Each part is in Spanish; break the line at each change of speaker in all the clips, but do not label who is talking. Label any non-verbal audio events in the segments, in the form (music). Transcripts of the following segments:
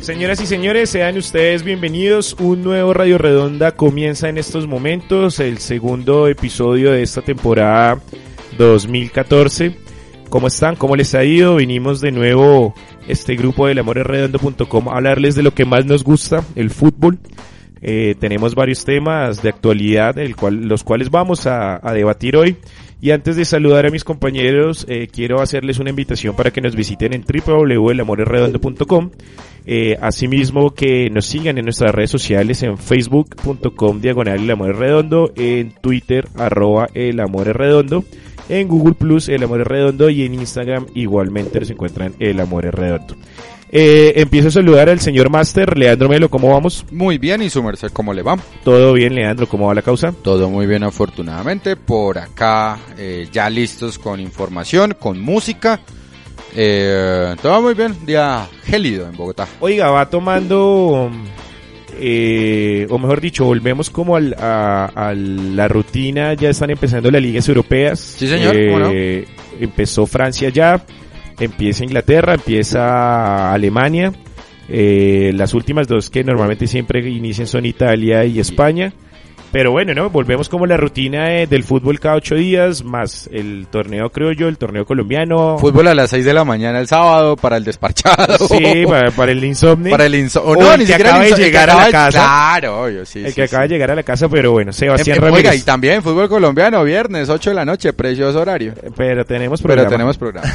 Señoras y señores, sean ustedes bienvenidos. Un nuevo Radio Redonda comienza en estos momentos, el segundo episodio de esta temporada 2014. ¿Cómo están? ¿Cómo les ha ido? Vinimos de nuevo este grupo del amoresredondo.com a hablarles de lo que más nos gusta, el fútbol. Eh, tenemos varios temas de actualidad, el cual, los cuales vamos a, a debatir hoy. Y antes de saludar a mis compañeros, eh, quiero hacerles una invitación para que nos visiten en www.elamoresredondo.com. Eh, asimismo, que nos sigan en nuestras redes sociales en facebook.com diagonal el amor es redondo, en twitter arroba el amor es redondo, en google plus el amor es redondo y en instagram igualmente nos encuentran el amor es redondo. Eh, empiezo a saludar al señor Master, Leandro Melo, ¿cómo vamos?
Muy bien, y su merced, ¿cómo le va?
Todo bien, Leandro, ¿cómo va la causa?
Todo muy bien, afortunadamente. Por acá, eh, ya listos con información, con música. Eh, todo muy bien, día gélido en Bogotá.
Oiga, va tomando, eh, o mejor dicho, volvemos como al- a, a la rutina, ya están empezando las ligas europeas. Eh,
Sí, señor, ¿cómo no?
Empezó Francia ya, empieza Inglaterra, empieza Alemania. Eh, las últimas dos que normalmente siempre inician son Italia y España. Pero bueno, ¿no? Volvemos como a la rutina eh, del fútbol cada ocho días, más el torneo criollo, el torneo colombiano.
Fútbol a las 6 de la mañana el sábado para el desparchado.
Sí, para, para el insomnio.
(laughs) Para el insomnio.
O el que acaba de llegar a la casa.
Claro, obvio, sí.
el
sí,
que acaba
sí.
de llegar a la casa, pero bueno, Sebastián
Eh,
Em- em-
Ramírez.
Oiga, y también fútbol colombiano, viernes, 8 de la noche, precioso horario.
Pero tenemos
Pero
programa.
tenemos programa.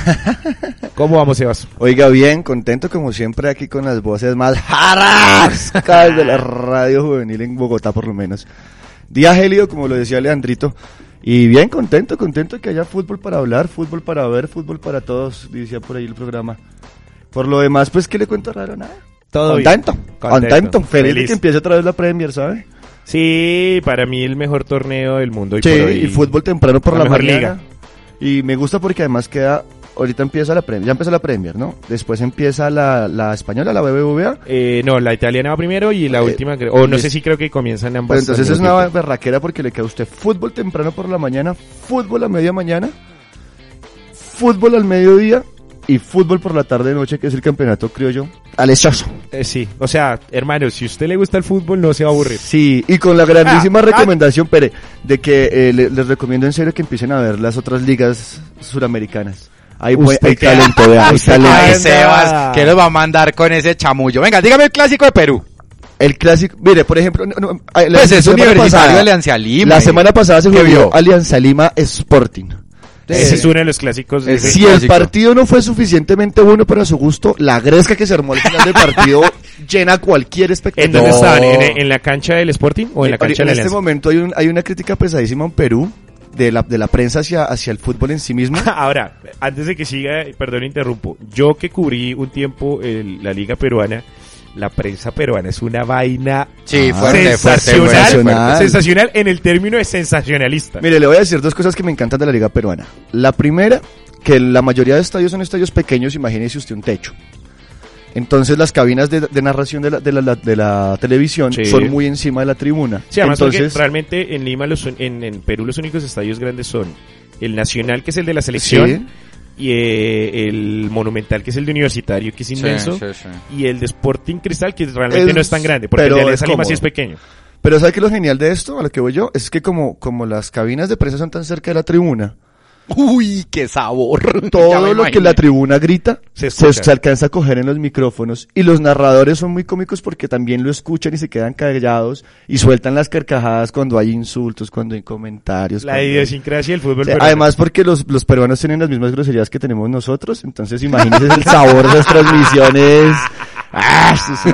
¿Cómo vamos, Sebas?
(laughs) Oiga, bien, contento como siempre aquí con las voces más (laughs) jarascas de la radio juvenil en Bogotá, por lo menos. Día gélido, como lo decía Leandrito. Y bien, contento, contento que haya fútbol para hablar, fútbol para ver, fútbol para todos, decía por ahí el programa. Por lo demás, pues, ¿qué le cuento raro? Nada.
Todo bien.
contento,
Contento,
contento, feliz, de
feliz.
que empiece otra vez la Premier, ¿sabe?
Sí, para mí el mejor torneo del mundo. hoy
Sí,
por hoy.
y fútbol temprano por
la
la,
mejor
mañana. Y me gusta porque además queda, ahorita empieza la Premier, ya empieza la Premier, ¿no? Después empieza la, la española, la BBVA.
Eh, no, la italiana va primero y la
Eh,
última, creo- o no
es-
sé si creo que comienzan ambas.
Pero entonces
al
es
mismo
una
tiempo.
berraquera porque le queda a usted fútbol temprano por la mañana, fútbol a media mañana, fútbol al mediodía y fútbol por la tarde noche, que es el campeonato criollo. Alechoso.
Eh, sí, o sea, hermano, si a usted le gusta el fútbol no se va a aburrir.
Sí, y con la grandísima
Ah, ah.
recomendación, Pere, de que eh, le- les recomiendo en serio que empiecen a ver las otras ligas suramericanas. Hay, buen-
Usted
hay
que-
talento, vea, hay
usted
talento.
Ay,
Anda.
Sebas, ¿qué nos va a mandar con ese chamullo? Venga, dígame el clásico de Perú.
El clásico, mire, por ejemplo, no, no, eh, la
Pues es
semana
universitario
pasada-
de Alianza Lima.
La
y-
semana pasada se
¿Qué
jugó
vio?
Alianza Lima Sporting.
Ese es uno de los clásicos. de-
Es-
Si el partido no fue suficientemente bueno para su gusto, la gresca que se armó al final
(laughs)
del partido llena cualquier
¿En
espectáculo.
dónde
No.
estaban? ¿En, en la cancha del Sporting o en la cancha de
en
la
este
Alianza?
momento hay, un- hay una crítica pesadísima en Perú de la, de la prensa hacia, hacia el fútbol en
(laughs)
sí mismo.
Ahora, antes de que siga, perdón, interrumpo. Yo que cubrí un tiempo el- la liga peruana, la prensa peruana es una vaina
Sí, fuerte, fuerte,
sensacional,
fuerte,
fuerte.
sensacional en el término de sensacionalista.
Mire, le voy a decir dos cosas que me encantan de la liga peruana. La primera, que la mayoría de estadios son estadios pequeños, imagínese usted un techo. Entonces las cabinas de, de narración de la, de la- de la televisión
Sí.
son muy encima de la tribuna.
Sí, además porque
Entonces,
realmente en Lima, los, un- en, en Perú los únicos estadios grandes son el Nacional, que es el de la selección,
Sí.
y eh, el Monumental, que es el de Universitario, que es inmenso,
Sí, sí, sí.
y el de Sporting Cristal, que realmente
Es-
no es tan grande, porque
pero
el de Alianza
es
Lima
cómodo.
sí es pequeño.
Pero ¿sabes qué es lo genial de esto? A lo que voy yo, es que como, como las cabinas de prensa son tan cerca de la tribuna,
Uy, qué sabor. (laughs) Ya me
todo lo que
imaginé.
la tribuna grita
Se
se,
escucha.
se alcanza a coger en los micrófonos y los narradores son muy cómicos porque también lo escuchan y se quedan callados y sueltan las carcajadas cuando hay insultos, cuando hay comentarios.
La
cuando-
idiosincrasia del
O
Pues,
fútbol
sea,
peruano.
Además porque los, los peruanos tienen las mismas groserías que tenemos nosotros, entonces imagínense
(laughs)
el sabor de las transmisiones. Ah, sí, sí.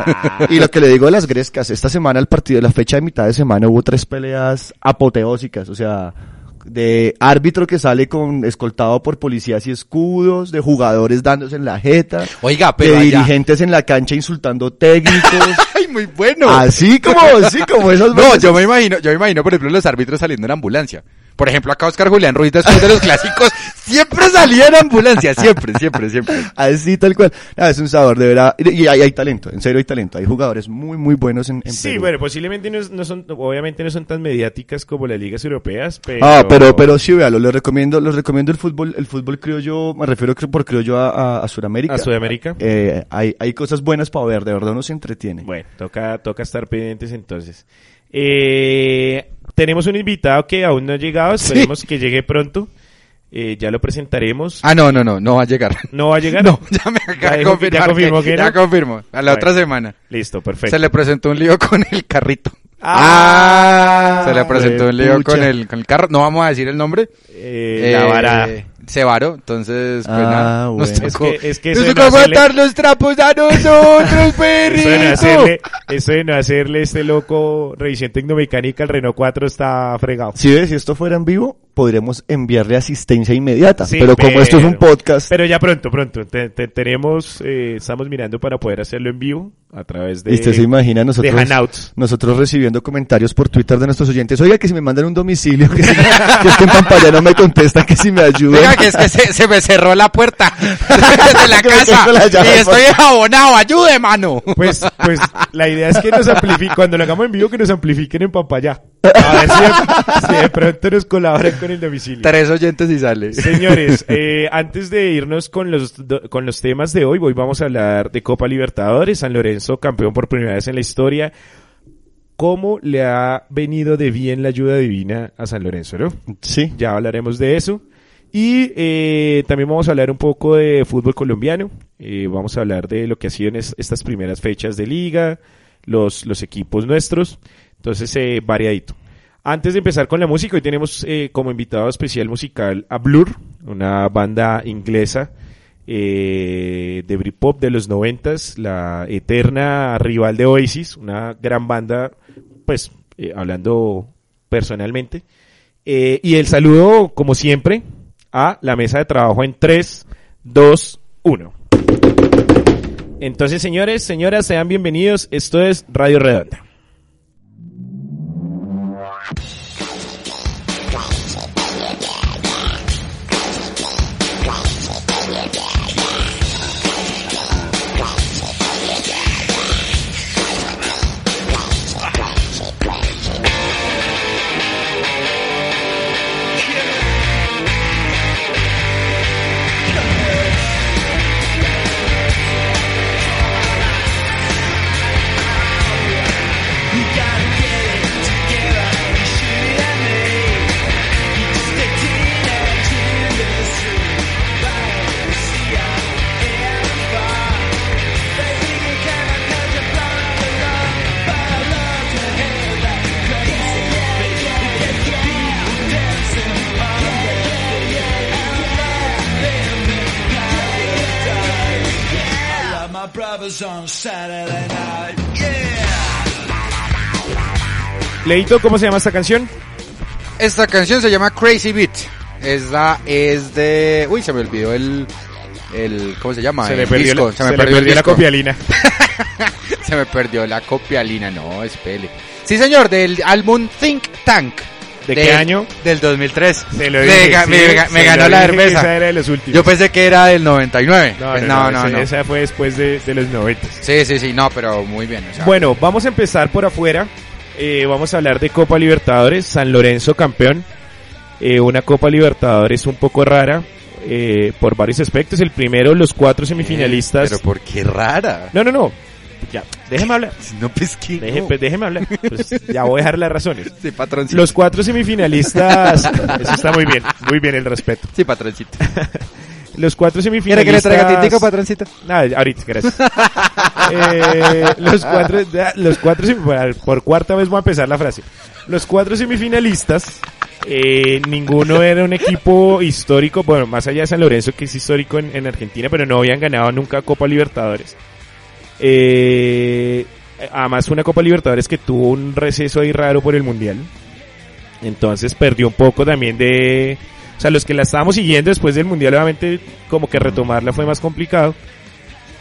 Y lo que le digo de las grescas, esta semana el partido, la fecha de mitad de semana hubo tres peleas apoteósicas, o sea, de árbitro que sale con escoltado por policías y escudos, de jugadores dándose en la jeta,
Oiga, pero
de
allá-
dirigentes en la cancha insultando técnicos,
(laughs) Ay, muy bueno.
así como, así como esas
No,
veces.
yo me imagino, yo me imagino, por ejemplo, los árbitros saliendo en ambulancia. Por ejemplo, acá Oscar Julián Ruiz, después de los clásicos, (laughs) siempre salía en ambulancia, siempre, siempre, siempre.
(laughs) Así tal cual. Nada, es un sabor, de verdad. Y y hay, hay talento, en serio hay talento. Hay jugadores muy, muy buenos en, en
Sí,
Perú.
bueno, posiblemente no, es- no son, obviamente no son tan mediáticas como las ligas europeas, pero...
Ah, pero, pero sí, véalo, les recomiendo, les recomiendo el fútbol, el fútbol criollo, me refiero cre- por criollo a, a, a Sudamérica.
¿A Sudamérica?
Eh, hay, hay cosas buenas para ver, de verdad uno se entretiene.
Bueno, toca, toca estar pendientes entonces. Eh, tenemos un invitado que aún no ha llegado, esperemos que llegue pronto. Eh, ya lo presentaremos.
Ah, no, no, no, no va a llegar. (laughs)
¿No va a llegar?
No, ya me acaba de
dijo- (laughs)
confirmar
ya confirmó
que-
que no.
ya confirmó. A la
Bueno.
otra semana.
Listo, perfecto.
Se le presentó un lío con el carrito.
Ah,
Se le presentó un lío con el, con el carro. No vamos a decir el nombre.
Eh, la varada.
Eh, Se varó, entonces, pues
Ah,
nada. Nos
bueno.
tocó,
Es que- es que
nos
eso de
tocó
no hacerle-
aguantar los trapos a
(laughs)
nosotros,
Eso de, no
perrito.
hacerle, eso de no hacerle este loco revisión tecnomecánica al Renault 4 está fregado.
Si ves, si esto fuera en vivo, podríamos enviarle asistencia inmediata.
Sí,
pero como esto es un
pero-
podcast,
Pero ya pronto, pronto. Te- te- tenemos, eh, estamos mirando para poder hacerlo en vivo a través de...
Y usted se imagina nosotros,
de Hangouts.
nosotros recibiendo comentarios por Twitter de nuestros oyentes. Oiga, que si me mandan un domicilio, que, si- que es que en pantalla no me contestan, que si me ayudan.
Oiga, que es que se, se me cerró la puerta (laughs) de
(laughs)
la
Que me
casa.
quedó la llave
y estoy
puesta.
abonado, ayude, mano.
Pues, pues la idea es que nos amplifiquen, cuando lo hagamos en vivo, que nos amplifiquen en papaya. A ver si de, si de pronto nos colaboran con el domicilio.
Tres oyentes y sale.
Señores, eh, antes de irnos con los, do- con los temas de hoy, hoy vamos a hablar de Copa Libertadores, San Lorenzo campeón por primera vez en la historia. ¿Cómo le ha venido de bien la ayuda divina a San Lorenzo, no?
Sí.
Ya hablaremos de eso. Y eh, también vamos a hablar un poco de fútbol colombiano. Eh, vamos a hablar de lo que ha sido en es- estas primeras fechas de liga, los, los equipos nuestros. Entonces, eh, variadito. Antes de empezar con la música, hoy tenemos eh, como invitado especial musical a Blur, una banda inglesa eh, de Britpop de los noventas, la eterna rival de Oasis, una gran banda, pues, eh, hablando personalmente. Eh, y el saludo, como siempre, a la mesa de trabajo en 3, 2, 1. Entonces, señores, señoras, sean bienvenidos. Esto es Radio Redonda.
Like my brothers on Saturday night. Yeah.
Leito, ¿cómo se llama esta canción?
Esta canción se llama Crazy Beat. Es, la, es de... Uy, se me olvidó el... el ¿Cómo se llama? El
la,
disco.
se le perdió
el
la
disco.
copialina.
(laughs) Se me perdió la copia, Lina. No, espele. Sí, señor, del álbum Think Tank.
¿De
Del-
qué año?
Del 2003.
Se lo
Me
dije,
ga-
sí,
me, ga-
se
me
lo
ganó la
dije que
cerveza.
Esa era de los últimos.
Yo pensé que era del 99.
no,
Pues
no, no,
no,
ese-
no.
Esa fue después de, de los 90.
Sí, sí, sí, no, pero muy bien. o sea,
Bueno, vamos a empezar por afuera. Eh, vamos a hablar de Copa Libertadores. San Lorenzo campeón. Eh, una Copa Libertadores un poco rara eh, por varios aspectos. El primero, los cuatro semifinalistas.
Pero por qué rara.
No, no, no. Ya, déjeme hablar.
(laughs) Si no pesqué.
Deje- pues, déjeme hablar.
(laughs)
Pues, ya voy a dejar las razones.
Sí, patroncito.
Los cuatro semifinalistas.
(laughs)
Eso está muy bien. Muy bien el respeto.
Sí, (laughs) patroncito.
Los cuatro semifinalistas.
patroncito?
Nada, Ah, ahorita, gracias. Eh, los cuatro, ya, los cuatro semi- por- por cuarta vez voy a empezar la frase. Los cuatro semifinalistas, eh, ninguno era un equipo histórico, bueno, más allá de San Lorenzo, que es histórico en, en Argentina, pero no habían ganado nunca Copa Libertadores. Eh, además, una Copa Libertadores que tuvo un receso ahí raro por el Mundial. Entonces perdió un poco también de... O sea, los que la estábamos siguiendo después del Mundial, obviamente, como que retomarla fue más complicado.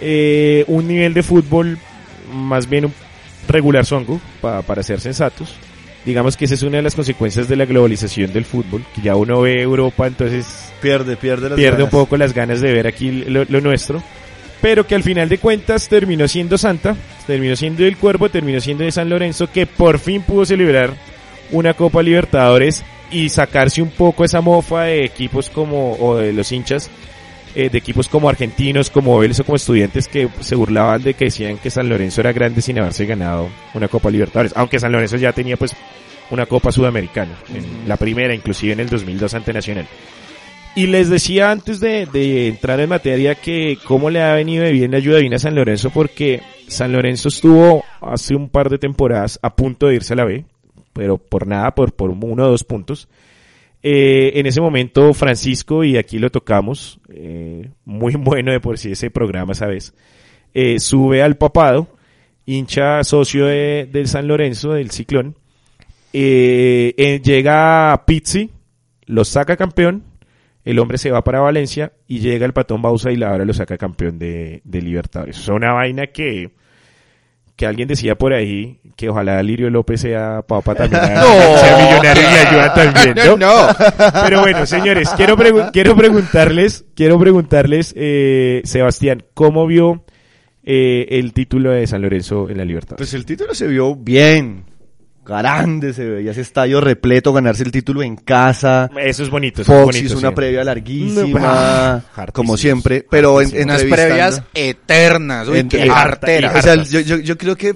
Eh, un nivel de fútbol más bien un regular songo, pa- para ser sensatos. Digamos que esa es una de las consecuencias de la globalización del fútbol, que ya uno ve Europa, entonces
Pierde, pierde las
pierde un
ganas.
poco las ganas de ver aquí lo, lo nuestro. Pero que al final de cuentas terminó siendo Santa, terminó siendo el Cuervo, terminó siendo de San Lorenzo, que por fin pudo celebrar una Copa Libertadores y sacarse un poco esa mofa de equipos como, o de los hinchas, eh, de equipos como argentinos, como Vélez o como estudiantes que se burlaban de que decían que San Lorenzo era grande sin haberse ganado una Copa Libertadores. Aunque San Lorenzo ya tenía pues una Copa Sudamericana, en la primera inclusive en el 2002 ante Nacional. Y les decía antes de, de entrar en materia que cómo le ha venido de bien la ayuda divina a San Lorenzo porque San Lorenzo estuvo hace un par de temporadas a punto de irse a la B, pero por nada, por, por uno o dos puntos. Eh, en ese momento Francisco, y aquí lo tocamos, eh, muy (laughs) bueno de por sí ese programa, ¿sabes? Eh, sube al papado, hincha socio de- del San Lorenzo, del Ciclón. Eh, eh, llega Pizzi, lo saca campeón, el hombre se va para Valencia y llega el patón Bausa y la hora lo saca campeón de, de Libertadores. O sea, una vaina que, que alguien decía por ahí que ojalá Lirio López sea papa también, sea millonario y ayuda también, ¿no?
No.
Pero bueno, señores, quiero, pregu- quiero preguntarles, quiero preguntarles, eh, Sebastián, ¿cómo vio eh, el título de San Lorenzo en la Libertad?
Pues el título se vio bien. Grande se veía ese estadio repleto, ganarse el título en casa.
eso es bonito, eso es
Fox
bonito,
hizo una
sí.
previa larguísima,
Ah, hartísimo.
como siempre, pero en,
Unas
entrevistando-
previas eternas. Uy,
en-
qué
en-
artera.
O sea, yo, yo- yo creo que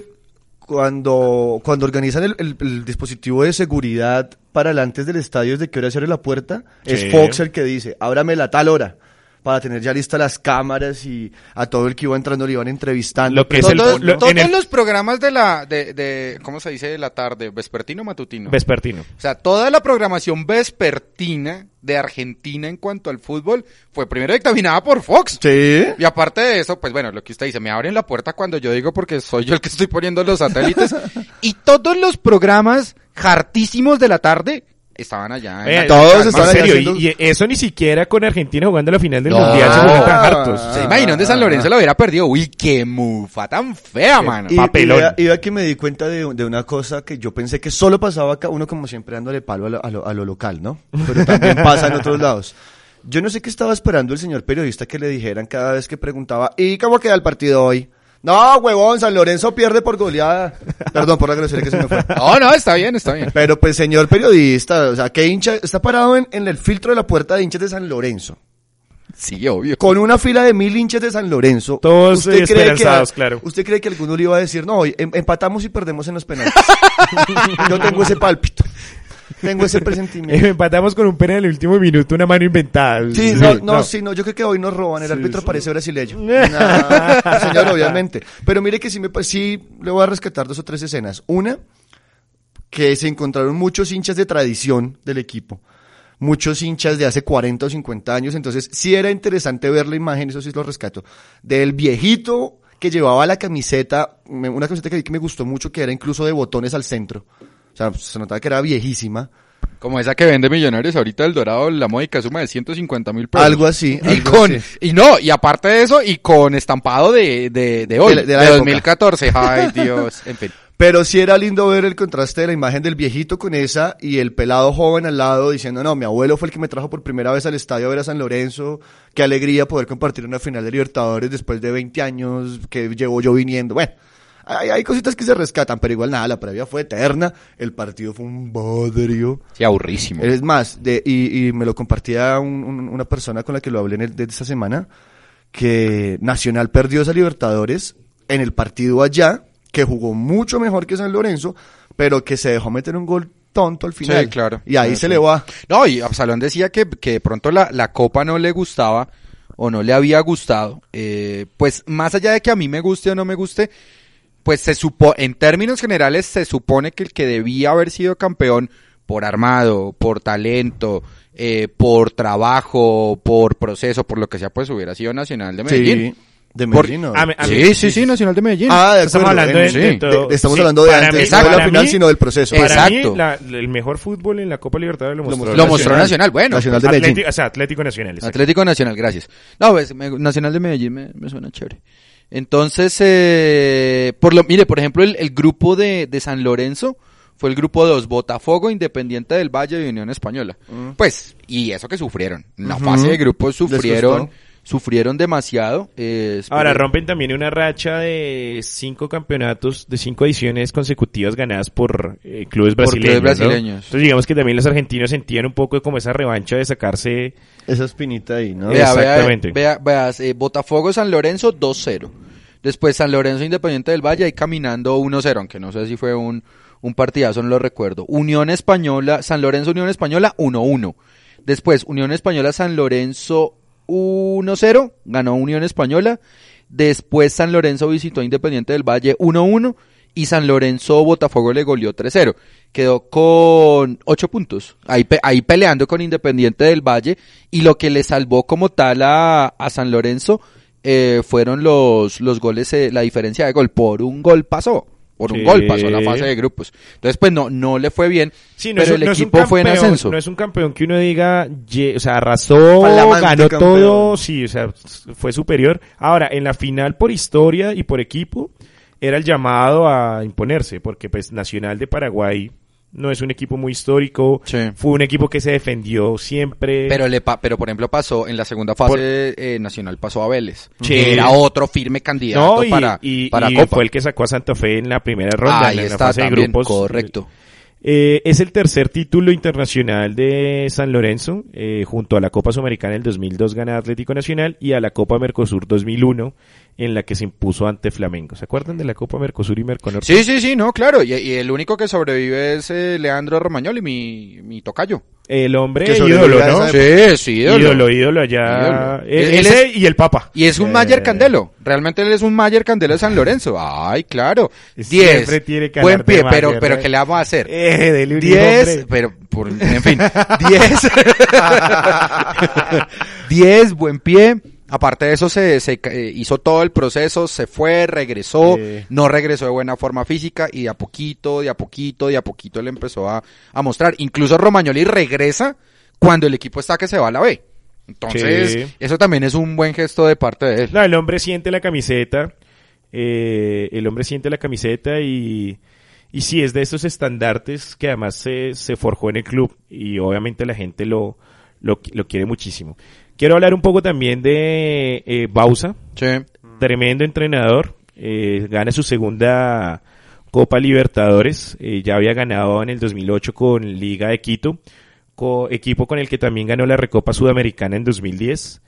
cuando, cuando organizan el, el- el dispositivo de seguridad para el antes del estadio, de qué hora se abre la puerta,
Sí.
es Fox el que dice, ábramela a tal hora, para tener ya listas las cámaras y a todo el que iba entrando le iban entrevistando.
Lo que es el-
todos
lo-
todos
en el-
los programas de la de, de cómo se dice de la tarde vespertino o matutino
Vespertino.
o sea toda la programación vespertina de Argentina en cuanto al fútbol fue primero dictaminada por Fox
Sí.
y aparte de eso pues bueno lo que usted dice me abren la puerta cuando yo digo porque soy yo el que estoy poniendo los satélites y todos los programas hartísimos de la tarde estaban allá en la-
Eh,
todos
en
estaban
serio,
haciendo-
y, y eso ni siquiera con Argentina jugando la final del
No.
Mundial se ponen tan hartos.
Ah,
se imaginó de San Lorenzo lo hubiera perdido uy qué mufa tan fea mano
Y,
Papelón.
Y, vea- y vea que me di cuenta de, de una cosa que yo pensé que solo pasaba acá, uno como siempre dándole palo a lo, a lo- a lo local, ¿no? Pero también pasa en otros lados. Yo no sé qué estaba esperando el señor periodista que le dijeran cada vez que preguntaba, ¿y cómo queda el partido hoy? No, huevón, San Lorenzo pierde por goleada. Perdón por la grosería que se me fue.
no no está bien está bien
Pero pues señor periodista, o sea, ¿qué hincha está parado en, en el filtro de la puerta de hinchas de San Lorenzo?
sí obvio
Con una fila de mil hinchas de San Lorenzo.
Todos eh,
¿usted cree que-
esperanzados, claro.
¿Usted cree que alguno le iba a decir, no, hoy em- empatamos y perdemos en los penales? (laughs) Yo tengo ese pálpito.
(laughs)
Tengo ese
Eh,
presentimiento.
(laughs) empatamos con un penal en el último minuto, una mano inventada.
Sí, no, no, sí, no, yo creo que hoy nos roban, el árbitro parece brasileño. Nah, señor, obviamente. Pero mire que sí, me, pa- sí le voy a rescatar dos o tres escenas. Una, que se encontraron muchos hinchas de tradición del equipo. Muchos hinchas de hace 40 o 50 años, entonces sí era interesante ver la imagen, eso sí lo rescato, del viejito que llevaba la camiseta, me- una camiseta que vi que me gustó mucho, que era incluso de botones al centro. O sea, se notaba que era viejísima.
Como esa que vende Millonarios ahorita el Dorado, la módica suma de 150 mil pesos.
Algo así,
(laughs) Y
algo
con,
así.
y no, y aparte de eso, y con estampado de, de, de hoy,
De
de,
la- de la época.
2014. Ay, Dios, en fin.
Pero sí era lindo ver el contraste de la imagen del viejito con esa y el pelado joven al lado diciendo, no, mi abuelo fue el que me trajo por primera vez al estadio a ver a San Lorenzo, qué alegría poder compartir una final de Libertadores después de 20 años que llevo yo viniendo. Bueno, hay, hay cositas que se rescatan, pero igual nada, la previa fue eterna, el partido fue un bodrio.
Sí, aburrísimo.
Es más, de, y, y me lo compartía un- un- una persona con la que lo hablé en el- de esta semana, que Nacional perdió esa Libertadores en el partido allá, que jugó mucho mejor que San Lorenzo, pero que se dejó meter un gol tonto al final.
Sí, claro.
Y ahí
Sí,
se
sí.
le va.
No, y Absalón decía que, que de pronto la, la copa no le gustaba o no le había gustado. Eh, pues más allá de que a mí me guste o no me guste, pues se supo, en términos generales se supone que el que debía haber sido campeón por armado, por talento, eh, por trabajo, por proceso, por lo que sea, pues hubiera sido Nacional de Medellín.
de
Por-
Medellín. ¿no?
a mí- a mí-
Sí, sí, sí, Nacional de Medellín.
Ah, de
Ah, Estamos
acuerdo,
hablando
en-
de,
sí.
de todo.
De- estamos
Sí,
hablando de
para
antes,
no de la
para
final, sino del proceso.
Para mí,
Exacto.
la- el mejor fútbol en la Copa Libertadores lo mostró,
lo mostró Nacional, bueno.
Nacional de Medellín.
Atlético, o sea, Atlético Nacional. exacto.
Atlético Nacional, gracias. No, pues, me- Nacional de Medellín me, me suena chévere. Entonces, eh, por lo, mire, por ejemplo, el, el grupo de, de San Lorenzo fue el grupo 2, Botafogo, Independiente del Valle y Unión Española.
Ah.
Pues, y eso que sufrieron. En la fase de grupos
Les
sufrieron,
costó.
sufrieron demasiado. eh,
Ahora
espero-
rompen también una racha de cinco campeonatos, de cinco ediciones consecutivas ganadas por eh, clubes
Por
brasileños.
clubes
¿no?
brasileños.
Entonces digamos que también los argentinos sentían un poco como esa revancha de sacarse
Esa espinita ahí, ¿no?
Vea, vea,
Exactamente.
Vea, veas, eh, Botafogo San Lorenzo 2-0. Después San Lorenzo Independiente del Valle ahí caminando 1-0, aunque no sé si fue un, un partidazo, no lo recuerdo. Unión Española, San Lorenzo Unión Española 1-1. Después Unión Española San Lorenzo 1-0, ganó Unión Española. Después San Lorenzo visitó a Independiente del Valle 1-1 y San Lorenzo Botafogo le goleó 3-0. Quedó con 8 puntos, ahí, pe- ahí peleando con Independiente del Valle y lo que le salvó como tal a, a San Lorenzo eh, fueron los, los goles, eh, la diferencia de gol. Por un gol pasó, por un
Sí.
gol pasó la fase de grupos. Entonces pues no, no le fue bien,
Sí,
pero
un-
el
un
equipo fue en
campeón-
ascenso.
No es un campeón que uno diga, "Ye- o sea, arrasó,
Palamante
ganó
campeón.
todo, sí, o sea, s- fue superior. Ahora, en la final por historia y por equipo, era el llamado a imponerse, porque pues Nacional de Paraguay no es un equipo muy histórico,
Sí.
fue un equipo que se defendió siempre.
Pero, le pa- pero por ejemplo pasó, en la segunda fase
Por-
eh, nacional pasó a Vélez,
Sí.
que era otro firme candidato
no, y,
para,
y-
para
y
Copa.
fue el que sacó a Santa Fe en la primera ronda,
Ahí
en la
está
fase de
también,
grupos.
correcto.
Eh, es el tercer título internacional de San Lorenzo, eh, junto a la Copa Sudamericana del 2002 ganada Atlético Nacional y a la Copa Mercosur 2001 en la que se impuso ante Flamengo. ¿Se acuerdan de la Copa Mercosur y Merconor?
Sí, sí, sí, no, claro. Y, y el único que sobrevive es eh, Leandro Romagnoli, mi, mi tocayo.
El hombre e
Que
ídolo,
sobrevivió a
¿no?
Sí,
esa
sí,
Ah, Ídolo, ídolo, allá.
Ídolo.
Eh,
Él- él
ese
es-
y el Papa.
Y es un
Eh,
Mayer Candelo. Realmente él es un Mayer Candelo de San Lorenzo. Ay, claro.
Siempre
10.
tiene que
Buen
hablar de
pie,
Mayer,
pero,
¿no?
pero ¿qué le vamos a hacer?
Eh, dele un
Diez,
hombre.
pero, por- en (laughs) fin, 10. 10, buen pie. Aparte de eso, se, se ca- eh, hizo todo el proceso, se fue, regresó,
Sí.
no regresó de buena forma física y de a poquito, de a poquito, de a poquito le empezó a, a mostrar. Incluso Romagnoli regresa cuando el equipo está que se va a la B. Entonces,
Sí.
eso también es un buen gesto de parte de él.
No, el hombre siente la camiseta. eh, el hombre siente la camiseta y, y sí, es de esos estandartes que además se, se forjó en el club y obviamente la gente lo, lo, lo quiere muchísimo. Quiero hablar un poco también de eh, Bausa,
Sí.
tremendo entrenador, eh, gana su segunda Copa Libertadores, eh, ya había ganado en el 2008 con Liga de Quito, co- equipo con el que también ganó la Recopa Sudamericana en 2010.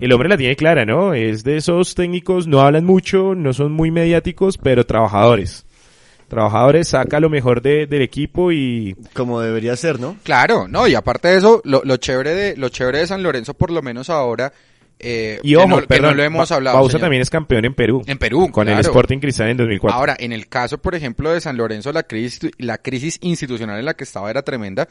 El hombre la tiene clara, ¿no? Es de esos técnicos, no hablan mucho, no son muy mediáticos, pero trabajadores. Trabajadores, saca lo mejor de- del equipo y...
Como debería ser, ¿no?
Claro, no, y aparte de eso, lo, lo chévere de lo chévere de San Lorenzo, por lo menos ahora, eh,
Y
que
ojo,
no- que
perdón,
no lo hemos
Ba-
hablado.
Bausa
señor.
también es campeón en Perú.
En Perú,
Con el
claro.
Sporting Cristal en 2004.
Ahora, en el caso, por ejemplo, de San Lorenzo, la crisis, la crisis institucional en la que estaba era tremenda.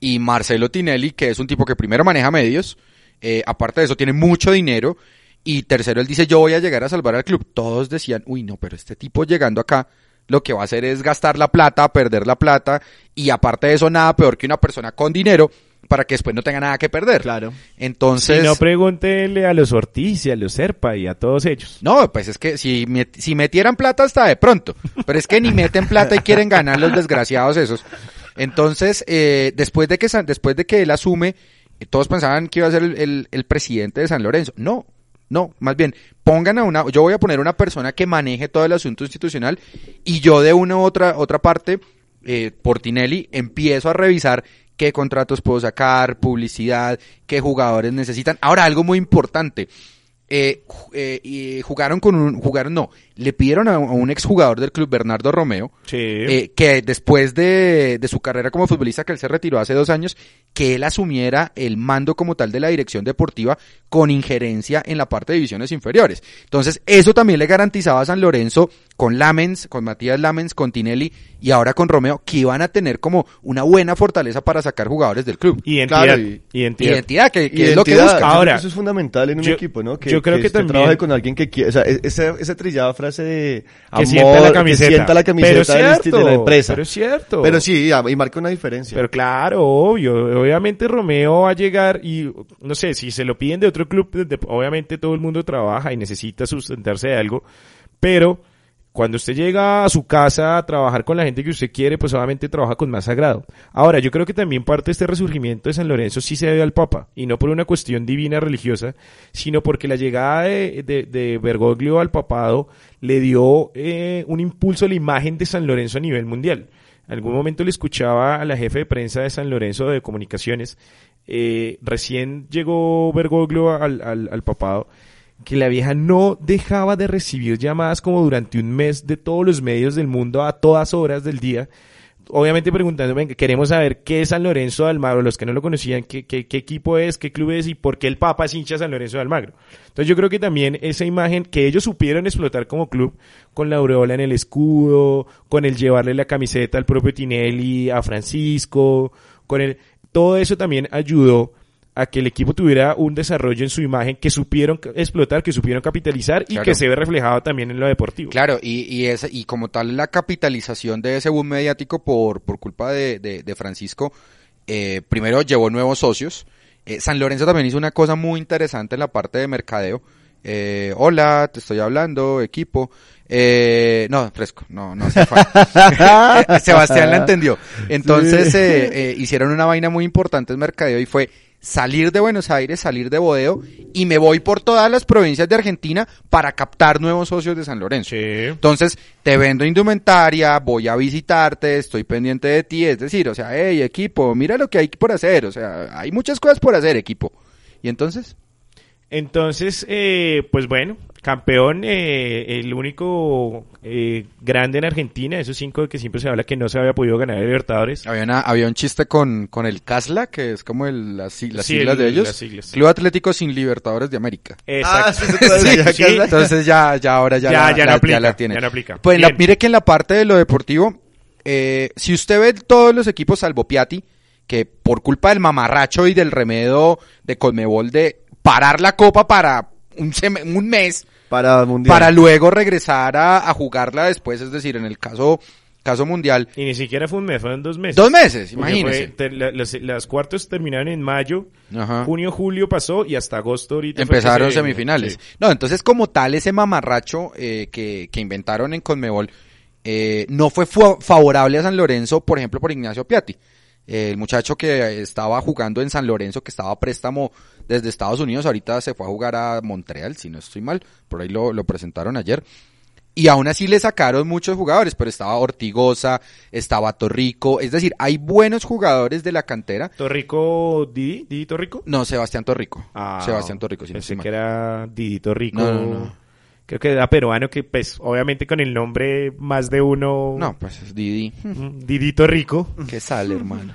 Y Marcelo Tinelli, que es un tipo que primero maneja medios, eh, aparte de eso tiene mucho dinero. Y tercero, él dice, yo voy a llegar a salvar al club. Todos decían, uy, no, pero este tipo llegando acá, lo que va a hacer es gastar la plata, perder la plata. Y aparte de eso, nada peor que una persona con dinero para que después no tenga nada que perder.
Claro.
Entonces...
Si no, pregúntele a los Ortiz y a los Serpa y a todos ellos.
No, pues es que si, met- si metieran plata hasta de pronto, pero es que ni meten plata y quieren ganar los desgraciados esos. Entonces, eh, después, de que San- después de que él asume, eh, todos pensaban que iba a ser el, el- el presidente de San Lorenzo. No, no, más bien, pongan a una, yo voy a poner una persona que maneje todo el asunto institucional y yo de una u otra, otra parte, eh, Portinelli, empiezo a revisar qué contratos puedo sacar, publicidad, qué jugadores necesitan. Ahora, algo muy importante eh, ju- eh, y jugaron con un, jugaron, no, le pidieron a, a un exjugador del club, Bernardo Romeo,
Sí.
eh, que después de, de su carrera como futbolista, que él se retiró hace dos años, que él asumiera el mando como tal de la dirección deportiva con injerencia en la parte de divisiones inferiores. Entonces, eso también le garantizaba a San Lorenzo con Lamens, con Matías Lamens, con Tinelli y ahora con Romeo, que iban a tener como una buena fortaleza para sacar jugadores del club.
Identidad.
Claro, y-
identidad.
Identidad, que, que es lo que
Identidad.
busca.
Ahora,
eso es fundamental en un
yo-
equipo, ¿no? Que,
yo creo que
usted
también-
trabaje con alguien que quiera, o sea, e- esa, esa trillada frase de amor,
sienta la
que
camiseta.
sienta la camiseta
Pero es
del insti-
cierto,
de la empresa.
pero es cierto.
Pero sí, y marca una diferencia.
Pero claro, obvio. Obviamente Romeo va a llegar y, no sé, si se lo piden de otro club, de- de- obviamente todo el mundo trabaja y necesita sustentarse de algo. Pero cuando usted llega a su casa a trabajar con la gente que usted quiere, pues obviamente trabaja con más sagrado. Ahora, yo creo que también parte de este resurgimiento de San Lorenzo sí se debe al Papa, y no por una cuestión divina religiosa, sino porque la llegada de, de- de Bergoglio al papado le dio eh, un impulso a la imagen de San Lorenzo a nivel mundial. En algún momento le escuchaba a la jefe de prensa de San Lorenzo de Comunicaciones, eh, recién llegó Bergoglio al, al- al papado, que la vieja no dejaba de recibir llamadas como durante un mes de todos los medios del mundo a todas horas del día. Obviamente preguntándome, queremos saber qué es San Lorenzo de Almagro, los que no lo conocían, qué, qué, qué equipo es, qué club es y por qué el Papa es hincha de San Lorenzo de Almagro. Entonces yo creo que también esa imagen que ellos supieron explotar como club, con la aureola en el escudo, con el llevarle la camiseta al propio Tinelli, a Francisco, con el... Todo eso también ayudó a que el equipo tuviera un desarrollo en su imagen que supieron ca- explotar, que supieron capitalizar y
Claro.
que se ve reflejado también en lo deportivo.
Claro, y, y, esa- y como tal la capitalización de ese boom mediático por, por culpa de, de- de Francisco, eh, primero llevó nuevos socios. Eh, San Lorenzo también hizo una cosa muy interesante en la parte de mercadeo. Eh, hola, te estoy hablando, equipo. Eh, no, fresco, no, no se fue. (laughs) Sebastián la entendió. Entonces eh, eh, hicieron una vaina muy importante en mercadeo y fue salir de Buenos Aires, salir de Bodeo y me voy por todas las provincias de Argentina para captar nuevos socios de San Lorenzo.
Sí.
Entonces, te vendo indumentaria, voy a visitarte, estoy pendiente de ti, es decir, o sea, hey equipo, mira lo que hay por hacer, o sea, hay muchas cosas por hacer equipo. Y entonces,
Entonces, eh, pues bueno, campeón, eh, el único eh, grande en Argentina, esos cinco de que siempre se habla que no se había podido ganar el Libertadores.
había, una- había un chiste con, con el CASLA, que es como el- las, sig- las
Sí,
siglas
el-
de ellos,
las siglas.
Club Atlético sin Libertadores de América.
Ah,
Exacto.
Sí, sí, (laughs) entonces ya, ya ahora ya,
Ya-
la,
ya no
la-
aplica,
la tiene.
ya no aplica.
Pues en la-
Bien.
mire que en la parte de lo deportivo, eh, si usted ve todos los equipos salvo Piatti, que por culpa del mamarracho y del remedio de Colmebol de parar la copa para un, seme- un mes,
para mundial.
para luego regresar a, a jugarla después, es decir, en el caso, caso mundial,
(laughs) Y ni siquiera fue un mes, fueron dos meses.
dos meses,
Porque
imagínese.
fue- te- la- las, las cuartos terminaron en mayo,
Ajá.
junio, julio pasó y hasta agosto ahorita. fue que
Empezaron
se-
semifinales.
sí.
No, entonces como tal ese mamarracho eh, que, que inventaron en Conmebol eh, no fue fu- favorable a San Lorenzo, por ejemplo, por Ignacio Piatti. Eh, el muchacho que estaba jugando en San Lorenzo, que estaba a préstamo desde Estados Unidos, ahorita se fue a jugar a Montreal, si no estoy mal, por ahí lo, lo presentaron ayer. Y aún así le sacaron muchos jugadores, pero estaba Ortigosa, estaba Torrico, es decir, hay buenos jugadores de la cantera.
Torrico, Didi, Didi Torrico.
No, Sebastián Torrico.
Ah,
Sebastián Torrico, si no
Pensé
estoy mal.
que era Didi Torrico.
No, no, no.
Creo que era peruano que, pues, obviamente con el nombre más de uno.
No, pues es Didi.
Mm, Didito Rico.
Que sale, hermano.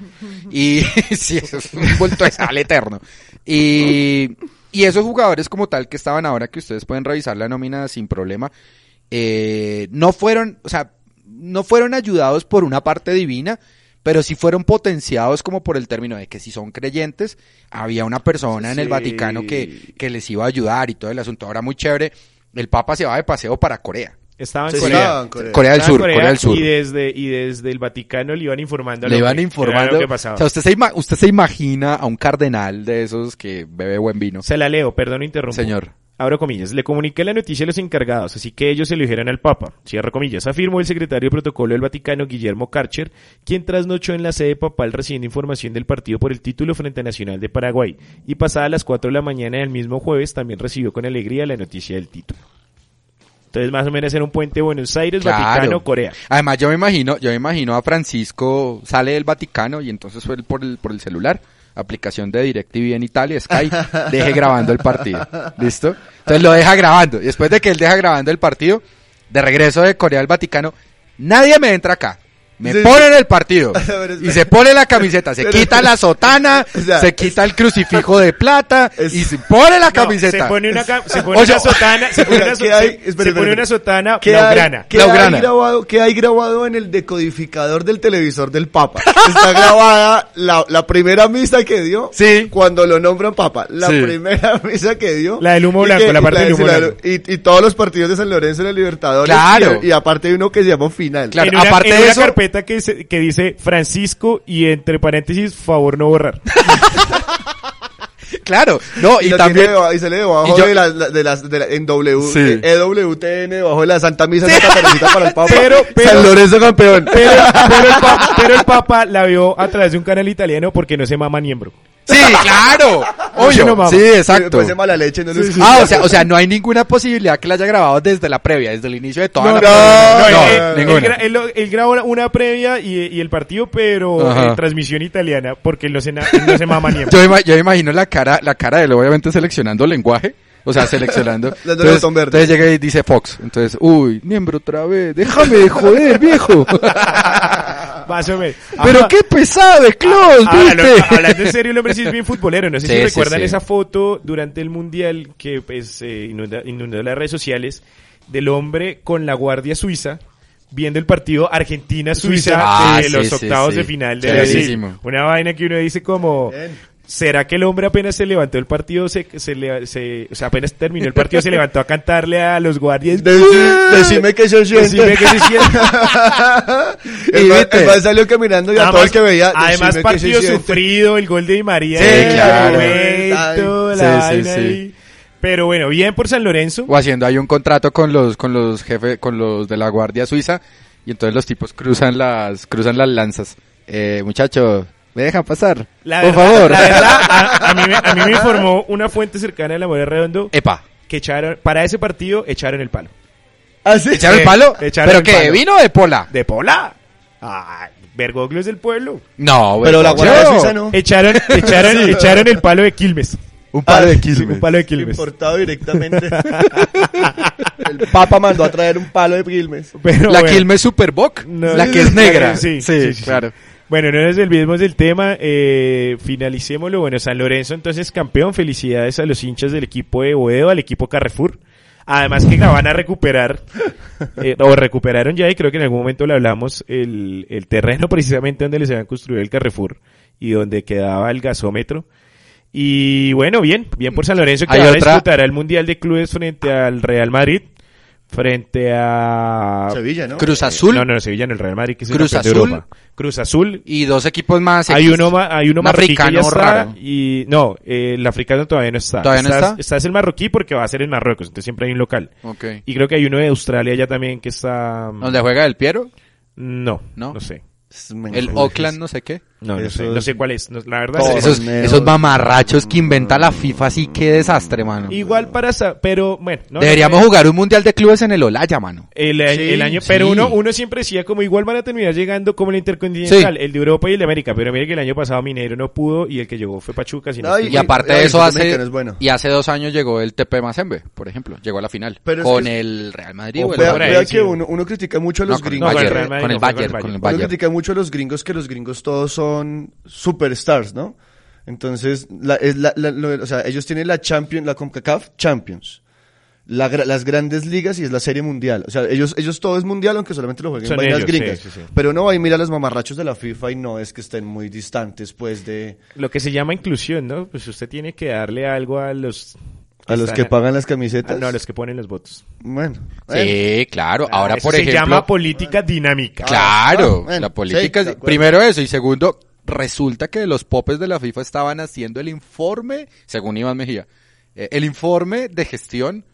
Y (laughs) sí, eso es un vuelto de sal eterno. Y, y esos jugadores como tal que estaban ahora, que ustedes pueden revisar la nómina sin problema, eh, no fueron, o sea, no fueron ayudados por una parte divina, pero sí fueron potenciados como por el término de que si son creyentes, había una persona en el
Sí.
Vaticano que, que les iba a ayudar y todo el asunto. Ahora muy chévere, el Papa se va de paseo para Corea.
Estaba en
Sí,
Corea.
estaba en Corea.
Corea del
Estaba
Sur,
en
Eh, ah, Corea del Sur.
Y desde, y desde el Vaticano le iban informando.
Le
lo
iban
que-
informando.
era lo que
o
pasaba.
sea, usted se, ima- usted se imagina a un cardenal de esos que bebe buen vino.
Se la leo, perdón, interrumpo.
Señor.
Abro comillas. Le comuniqué la noticia a los encargados, así que ellos se lo dijeron al Papa. Cierro comillas. Afirmó el secretario de protocolo del Vaticano, Guillermo Karcher, quien trasnochó en la sede papal recibiendo información del partido por el título frente a Nacional de Paraguay. Y pasada las 4 de la mañana del mismo jueves, también recibió con alegría la noticia del título. Entonces, más o menos era un puente Buenos Aires, Vaticano, Corea.
Además, yo me imagino, yo me imagino a Francisco sale del Vaticano y entonces fue el- por el, por el celular. Aplicación de DirecTV en Italia,
(laughs)
Sky, deje grabando el partido. ¿Listo? Entonces lo deja grabando. Y después de que él deja grabando el partido, de regreso de Corea al Vaticano, nadie me entra acá. Me
Sí, sí.
ponen el partido.
(laughs) Pero
Y
espera.
se pone la camiseta, se
Pero-
quita la sotana,
(laughs) O sea,
se quita el crucifijo de plata
es-
y se pone la
No, se
camiseta.
pone una, ca- se pone
Oye,
una sotana, se (laughs) pone
Mira,
una, so-
¿qué hay?
se- se
Espera, espera,
pone
espera.
una sotana
¿Qué
blaugrana.
Hay, qué
Blaugrana.
Hay grabado, ¿Qué hay grabado en el decodificador del televisor del Papa? Está grabada la, la primera misa que dio
Sí.
cuando lo nombran Papa. La
Sí.
primera (laughs) misa que dio.
La del humo
Y
blanco, la parte del
sí,
humo
la
blanco.
Y, y todos los partidos de San Lorenzo en el Libertadores.
Claro.
Y, y aparte hay uno que se llamó final.
Claro.
en una,
aparte
en
de
una
eso-
carpeta que, se- que dice Francisco y entre paréntesis, favor no borrar.
Claro, no, y,
lo
también. (laughs)
tiene deba- y se le debajo
y yo-
de las, la- de las, de la- en W,
Sí.
eh, EWTN, debajo de la Santa Misa Santa Teresita para el Papa.
Pero- pero-
San Lorenzo campeón.
(laughs) Pero, pero el pa- pero el Papa la vio a través de un canal italiano porque no se mama miembro.
Sí, claro.
Sí, no
Obvio.
mames.
Sí, exacto.
Después de mala leche, no lo escucho.
Ah, o sea, o sea, no hay ninguna posibilidad que la haya grabado desde la previa, desde el inicio de toda la
No,
previa.
no, eh,
No,
él, él-
ninguna.
él gra- él lo- él grabó una- una previa y, y el partido, pero
Ajá.
en transmisión italiana porque él no se, na- él no se mama
eh,
miembro.
Yo, me ima- yo me imagino la cara, la cara de él, obviamente seleccionando lenguaje. O sea, seleccionando.
(laughs) Dándole
entonces,
botón verde.
entonces llega y dice Fox. Entonces, uy, miembro otra vez. Déjame de joder,
(laughs)
viejo.
Más o menos.
Pero
Ahora-
qué pesado de
Ah,
Klaus,
Ahora, lo-
viste.
hablando en serio, el hombre sí es bien futbolero. No sé
Sí,
si
sí,
recuerdan
sí.
esa foto durante el Mundial que pues, eh, inunda- inundó las redes sociales del hombre con la Guardia Suiza viendo el partido Argentina-Suiza
Ah,
de
sí,
los
sí,
octavos
sí.
de final de
Clarísimo.
Brasil. Una vaina que uno dice como... ¿Será que el hombre apenas se levantó el partido, se, se, le- se- o sea, apenas terminó el partido, se levantó a cantarle a los guardias?
Deci- decime que yo siento.
Decime que se siente.
(laughs) el,
Y
man,
viste.
el man salió caminando y a todo el que veía.
Además,
decime que
partido
yo siento.
sufrido, el gol de Di María.
Sí,
en el
claro.
momento,
Sí,
la
sí,
vaina
sí.
ahí. Pero bueno, bien por San Lorenzo.
O haciendo ahí un contrato con los, con los jefes, con los de la Guardia Suiza. Y entonces los tipos cruzan las, cruzan las lanzas. Eh, muchacho, ¿me dejan pasar?
La
Por
verdad,
favor.
la verdad, a, a mí me, a mí me informó una fuente cercana de la Morera Redondo
(laughs) Epa.
que echaron, para ese partido echaron el palo.
¿Ah, sí?
¿Echaron el
Sí,
palo?
(laughs) echaron
¿Pero
el
qué?
palo.
¿De vino o de pola?
¿De Pola? Ay, Bergoglio es del pueblo.
No, güey.
Pero la Guardia
yo.
Suiza no.
Echaron, echaron,
(laughs)
echaron el palo de Quilmes.
Un
palo de
Ah, Un palo de Quilmes.
(laughs)
Importado directamente. el Papa mandó a traer un palo de Quilmes.
Pero
La
bueno.
Quilmes Superboc.
No.
la que es negra.
Sí,
Sí,
sí, sí,
claro.
Bueno, no nos olvidemos del tema, eh, finalicémoslo. Bueno, San Lorenzo entonces campeón, felicidades a los hinchas del equipo de Boedo, al equipo Carrefour. Además que la van a
(laughs)
recuperar, eh, o recuperaron ya, y creo que en algún momento le hablamos, el, el terreno precisamente donde les habían construido el Carrefour y donde quedaba el gasómetro. Y bueno, bien, bien por San Lorenzo que
Hay
ahora
otra-
disputará el Mundial de Clubes frente al Real Madrid, frente a...
Sevilla, ¿no?
Cruz Azul
No, no, no, Sevilla, no, el Real Madrid, que es el
Cruz
campeón de
Azul.
Europa. Cruz Azul.
y dos equipos más.
Hay
X.
uno, ma- hay uno
Un
marroquí que ya
africano
está,
raro.
y no, eh, el africano todavía no está.
¿Todavía no está?
es el marroquí porque va a ser en Marruecos, entonces siempre hay un local.
Ok.
Y creo que hay uno de Australia ya también que está... mm,
¿Dónde juega el Piero?
No, no,
¿No?
sé.
El Oakland, no sé qué.
No, no
Eso
sé,
es-
no sé cuál es, no- la verdad.
Todo.
no sé.
Esos,
torneos.
esos mamarrachos que inventa la FIFA, sí, qué desastre, mano.
Igual para... sa- Pero bueno, no, no
Deberíamos
sé.
jugar un mundial de clubes en el Olaya, mano.
El, a- el año,
sí.
pero uno, uno siempre decía como igual van a terminar llegando como el intercontinental,
Sí.
el de Europa y el de América, pero mire que el año pasado Minero no pudo y el que llegó fue Pachuca, si no
Ay,
estoy
Y aparte
Ay,
de eso,
el
hace,
mexicano es bueno.
y hace dos años llegó el TP Mazembe, por ejemplo. Llegó a la final.
Pero es
con
que-
el Real Madrid.
O
o el
fue
Vea,
por ahí,
vea
sí.
que uno, uno critica mucho a
No,
los
con el
gringos.
No, con el Real
Bayern,
Madrid,
con el
no, fue con el
Bayern,
Bayern.
con el
Uno
Bayern.
critica mucho a los gringos que los gringos todos son superstars, ¿no? Entonces, la, es la- la- lo- o sea, ellos tienen la Champions, la CONCACAF Champions. La gra- las grandes ligas y es la serie mundial. O sea, ellos, ellos todo es mundial, aunque solamente lo jueguen
Son
vainas
ellos,
gringas.
sí, sí, sí.
Pero no va y mira a los mamarrachos de la FIFA y no es que estén muy distantes, pues, de...
lo que se llama inclusión, ¿no? Pues usted tiene que darle algo a los
A los
Están-
que pagan las
Ah,
camisetas.
no, a los que ponen los votos.
Bueno. eh, bueno.
Sí, claro. Ahora,
Eso
por
Ah, se
ejemplo.
llama política dinámica.
Claro,
Ah, bueno,
la política.
sí, de
es-
acuerdo.
primero eso, y segundo, resulta que los popes de la FIFA estaban haciendo el informe, según Iván Mejía, eh, el informe de gestión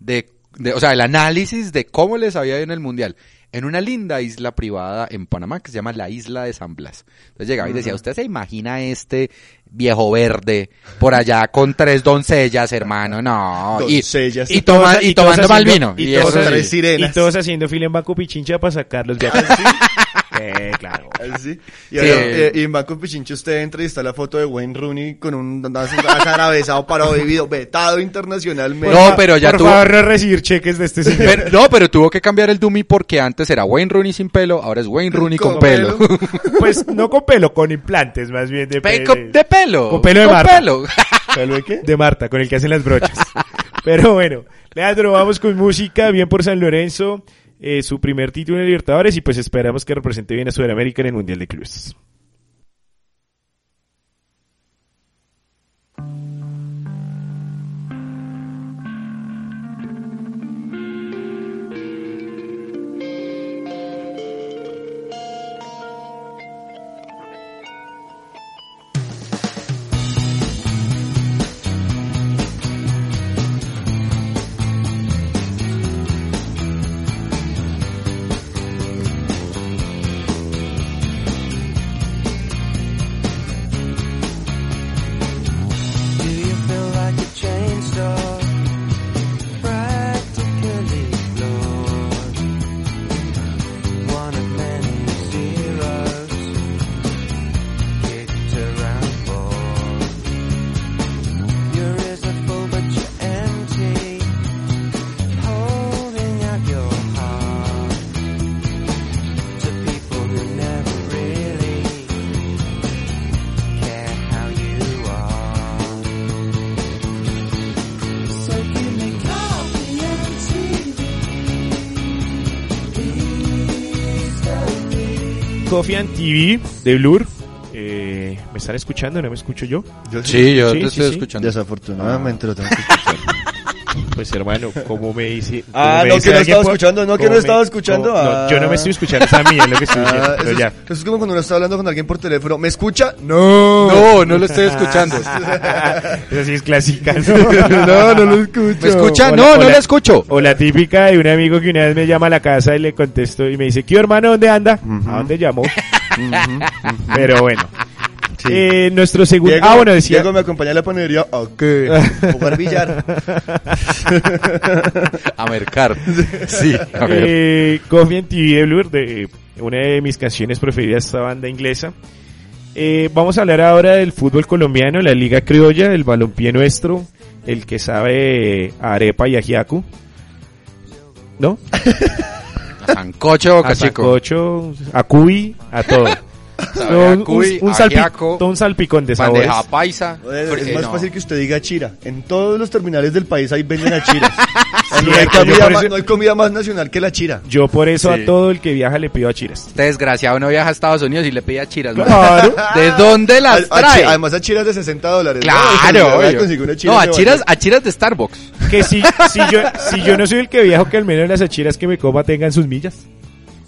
de, de- o sea, el análisis de cómo les había ido en el Mundial. En una linda isla privada en Panamá que se llama la isla de San Blas. Entonces llegaba y decía, ¿usted se imagina este viejo verde por allá con tres doncellas, hermano? No. Y,
Doncellas.
y toma-
todos-
y
todos
tomando mal
haciendo-
vino. Y,
todos
eso-
tres
haciendo-
sirenas.
Y todos haciendo fila en Banco Pichincha para sacar los viajes.
(laughs)
eh, claro.
Así.
Sí.
Y, ahora, eh, y en Banco Pichincho usted entra y está la foto de Wayne Rooney con un acarabezado parado vivido, vetado internacionalmente.
No,
Por fa-
pero ya
Por
tuvo-
favor, no recibir cheques de este
(laughs)
señor.
Pero- no, pero tuvo que cambiar el Dummy porque antes era Wayne Rooney sin pelo, ahora es Wayne Rooney con,
Con
pelo.
pelo.
Pues no con pelo, con implantes más bien. De,
Pe-
pe-
con- de pelo.
Con pelo de Marta.
pelo.
¿Pelo de qué?
de Marta, con el que hacen las
(laughs)
brochas. Pero bueno, Leandro, vamos con música, bien por San Lorenzo, eh, su primer título en Libertadores y pues esperamos que represente bien a Sudamérica en el Mundial de Clubes.
Do you feel like a chain store? Practically floored. One of many zeros. Kicked around for. You're full but you're empty. Holding out your heart. To people who never really care how you are. So give me coffee and TV. Please don't be.
Coffee and TV de Blur. Eh, ¿Me están escuchando? ¿No me escucho yo?
Sí, yo
Sí,
te
sí,
estoy
sí.
escuchando.
Desafortunadamente lo tengo que
Pues hermano, ¿cómo me
(laughs)
dice? cómo
Ah,
me
no,
dice
que no
alguien
estaba
por-
escuchando, no, que
cómo
no estaba escuchando,
cómo- no,
ah.
yo no me estoy escuchando, esa mía es lo que estoy diciendo.
(laughs) Ah, eso,
pero
es,
ya.
eso es como cuando uno está hablando con alguien por teléfono. ¿Me escucha? No.
No, no lo estoy escuchando.
(laughs) Esa sí es clásica.
(laughs) No, no lo escucho.
¿Me escucha?
Hola,
no, no
hola.
lo escucho.
O la típica de un amigo que una vez me llama a la casa y le contesto y me dice, ¿qué hermano, dónde anda? ¿A dónde
(laughs)
llamó? Pero bueno.
Sí.
Eh, nuestro segundo...
Diego,
Ah, bueno, decía...
Diego me acompaña a la panadería. ¿A qué? Jugar billar.
A mercar. Sí, a ver.
eh, Coffee and TV de Blur, de, una de mis canciones preferidas de esta banda inglesa. Eh, vamos a hablar ahora del fútbol colombiano, la liga criolla, el balompié nuestro, el que sabe a arepa y ajiaco. ¿No?
A Sancocho, Boca
a
Chico.
sancocho, a cuy, a
(laughs)
todo.
Sabe a cuy,
un,
a
salpi-
ajiaco,
todo un salpicón de sabores.
Bandeja paisa.
Es,
fr- eh,
más
no.
fácil que usted diga chira. En todos los terminales del país ahí venden a chiras. no, hay
Cierto, yo
comida
por
más,
eso-
no hay comida más nacional que la chira.
Yo por eso
Sí.
a todo el que viaja le pido a
(laughs)
Chiras.
Este desgraciado no viaja a Estados Unidos y le pide a chiras. ¿no?
Claro.
¿De dónde
A-
las
a chi-
trae?
además a chiras de 60 dólares. ¿no?
Claro.
Voy a
obvio.
conseguir una chira
no,
en
a
Nueva
chiras,
York.
a chiras de Starbucks.
Que si, si, yo, si yo no soy el que viajo, que al menos las achiras que me coma tengan sus millas.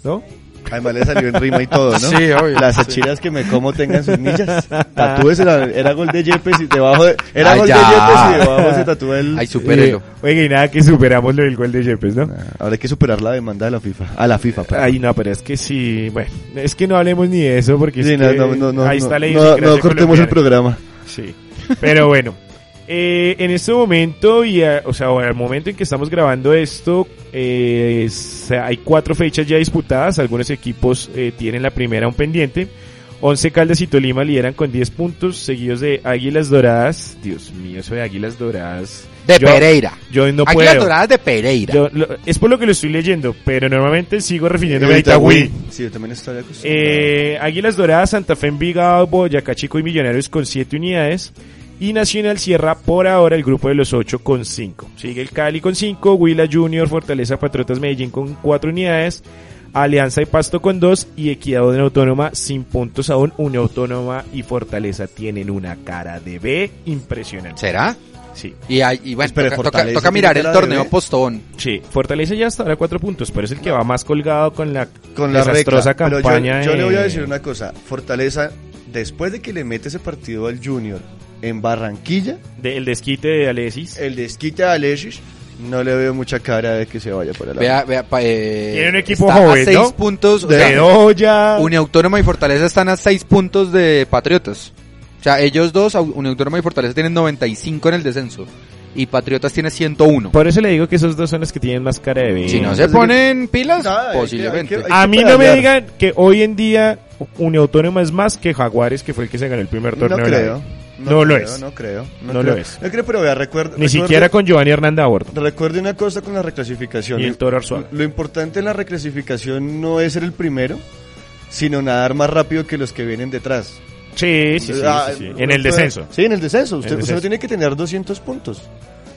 ¿No?
Además le salió en rima y todo,
(laughs)
¿no?
Sí, obvio.
Las achiras que me como tengan sus millas. Tatúes, era, era gol de Yepes y debajo de... Era
Ay,
gol de
ya.
Yepes y debajo se tatúa el...
Ay, supérelo.
Eh, oiga, y nada, que superamos lo del gol de Yepes, ¿no?
Ahora hay que superar la demanda de la FIFA. A la FIFA, pues. perdón.
Ay, no, pero es que sí, bueno, es que no hablemos ni de eso porque es
Sí, no,
que
no, no, no,
ahí está la
no, no,
idiosincrasia
no cortemos
colombiana.
el programa.
Sí. Pero bueno, eh, en este momento, y a- o sea, o al momento en que estamos grabando esto, eh, se- hay cuatro fechas ya disputadas. Algunos equipos eh, tienen la primera aún pendiente. Once Caldas y Tolima lideran con 10 puntos, seguidos de Águilas Doradas. Dios mío, eso de Águilas Doradas.
De
Yo-
Pereira.
Yo no
Águilas
puedo.
Doradas de Pereira.
Yo lo- es por lo que lo estoy leyendo, pero normalmente sigo refiriéndome a
Ahorita,
Itagüí.
güey. Sí, yo también estoy acostumbrado.
Eh, Águilas Doradas, Santa Fe, Envigado, Boyacá Chico y Millonarios con 7 unidades. Y Nacional cierra por ahora el grupo de los 8 con 5. Sigue el Cali con 5, Huila Junior, Fortaleza, Patriotas, Medellín con 4 unidades. Alianza y Pasto con 2 y Equidad Unión Autónoma sin puntos aún. Unión Autónoma y Fortaleza tienen una cara de B impresionante.
¿Será?
Sí.
Y, hay- y bueno,
Espere,
toca, toca-
Fortaleza
toca mirar
tiene
el
cara de
torneo
bebé.
postón.
Sí, Fortaleza ya hasta ahora cuatro puntos, pero es el que va más colgado con la,
con la
desastrosa
regla. Pero yo-
campaña.
yo, le voy a
de-
decir una cosa. Fortaleza, después de que le mete ese partido al Junior en Barranquilla,
de- el desquite de Alexis.
el desquite a Alexis, no le veo mucha cara de que se vaya para la.
Vea, vea, pa- eh,
Tiene un equipo
está
joven,
a seis
¿no?
puntos. o sea,
Bedoya.
Uniautónoma y Fortaleza están a 6 puntos de Patriotas. O sea, ellos dos, Au- Uniautónoma y Fortaleza, tienen 95 en el descenso. Y Patriotas tiene 101.
Por eso le digo que esos dos son los que tienen más cara de bien.
Si no
Entonces
se
hay que-
ponen pilas,
Nada, hay que-
posiblemente.
hay que-
A
hay que
mí no me
pedalear.
digan que hoy en día Uniautónoma es más que Jaguares, que fue el que se ganó el primer
No
torneo. de la
creo.
liga. No lo
creo,
es.
No creo.
No lo
creo.
es.
No creo, pero vea, recuerda.
Ni siquiera con Giovanni Hernández a bordo.
Recuerde una cosa con la reclasificación.
Y el Toro Arzuaga.
Lo importante en la reclasificación no es ser el primero, sino nadar más rápido que los que vienen detrás.
Sí, sí, sí. sí,
Ah,
sí.
usted-
En el descenso.
Sí, en el descenso. Usted,
En el descenso.
usted no tiene que tener 200 puntos.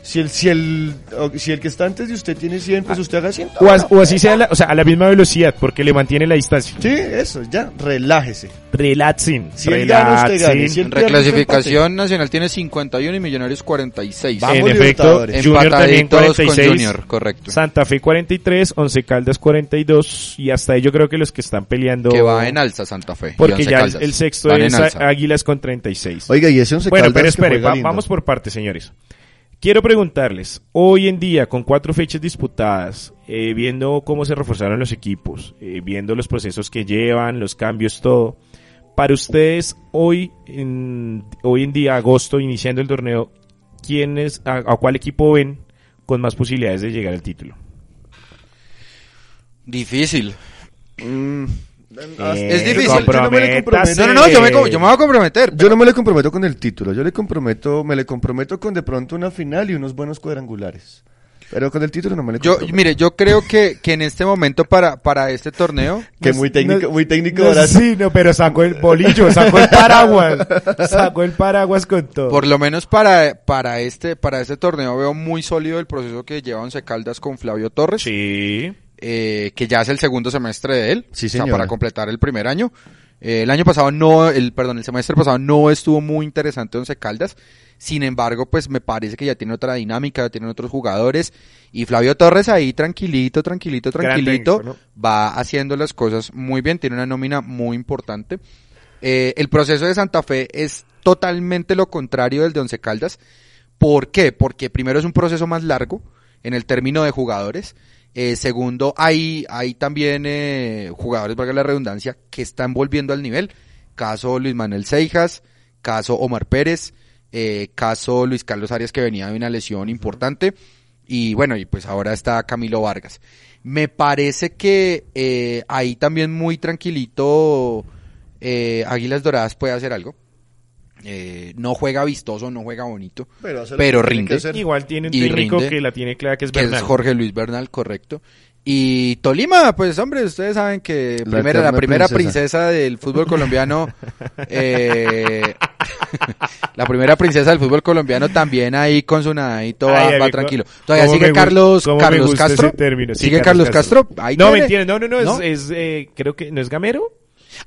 Si el, si el, o- si el que está antes de usted tiene 100,
Ah.
pues usted haga 100.
O, as- o así sea, la- o sea, a la misma velocidad, porque le mantiene la distancia.
Sí, eso, ya, relájese.
Relaxing.
Si él gana, usted gana.
relaxing.
Si él-
En reclasificación nacional tiene 51 y Millonarios 46.
Vamos,
en efecto,
Libertadores.
Junior también
Empataditos con
46.
Junior, correcto.
Santa Fe 43, Once Caldas 42 y hasta ahí yo creo que los que están peleando
Que va en alza Santa Fe. y
porque
Once
ya el,
Caldas.
el sexto
Van en
es
alza.
a- Águilas con 36.
Oiga, y ese once
bueno,
Caldas
pero
que
espere,
juega
va-
lindo.
vamos por partes, señores. Quiero preguntarles, hoy en día, con cuatro fechas disputadas, eh, viendo cómo se reforzaron los equipos, eh, viendo los procesos que llevan, los cambios, todo, para ustedes hoy, en, hoy en día, agosto, iniciando el torneo, ¿quién es- a, a cuál equipo ven con más posibilidades de llegar al título?
Difícil.
Mm, Eh,
es difícil.
Yo no me le
Comprométase.
No,
comprometo.
no, no, yo me, co- yo me voy a comprometer.
Yo no me le comprometo con el título, yo le comprometo, me le comprometo con de pronto una final y unos buenos cuadrangulares. Pero con el título no me le
Yo,
comprometo.
mire, yo creo que, que en este momento para, para este torneo,
que muy técnico, muy técnico
No,
Horacio.
sí, no, pero sacó el bolillo, sacó el paraguas, sacó el paraguas con todo.
por lo menos para, para este, para este torneo veo muy sólido el proceso que lleva Once Caldas con Flavio Torres,
Sí.
eh, que ya es el segundo semestre de él,
Sí,
o sea,
señora.
para completar el primer año. Eh, el año pasado no, el, perdón, el semestre pasado no estuvo muy interesante Once Caldas. Sin embargo, pues me parece que ya tiene otra dinámica, ya tienen otros jugadores. Y Flavio Torres ahí tranquilito, tranquilito,
Gran
tranquilito,
técnico,
va haciendo las cosas muy bien, tiene una nómina muy importante. Eh, el proceso de Santa Fe es totalmente lo contrario del de Once Caldas. ¿Por qué? Porque primero es un proceso más largo en el término de jugadores. Eh, segundo, hay, hay también eh, jugadores, valga la redundancia, que están volviendo al nivel. Caso Luis Manuel Seijas, caso Omar Pérez, eh, caso Luis Carlos Arias que venía de una lesión importante. Y bueno, y pues ahora está Camilo Vargas. Me parece que eh, ahí también muy tranquilito eh, Águilas Doradas puede hacer algo. Eh, no juega vistoso, no juega bonito,
Pero hace
pero,
lo que tiene
rinde,
que hacer.
Igual tiene un
Y
técnico
rinde,
que la tiene clara que es
que
Bernal.
es Jorge Luis Bernal, correcto. Y Tolima, pues hombre, ustedes saben que
La
primera, la
eterna
primera princesa.
princesa.
del fútbol
(laughs)
colombiano, eh, (laughs) la primera princesa del fútbol colombiano también ahí con su nadadito va,
Ay,
va
amigo,
tranquilo. Todavía
¿cómo
sigue
me gu-
Carlos,
cómo me
Carlos
gusta ese
Castro.
término? Sí,
sigue Carlos Castro. ahí
no,
tiene.
mentira, no, no, no,
¿No?
es, es, eh, creo que, ¿no es Gamero?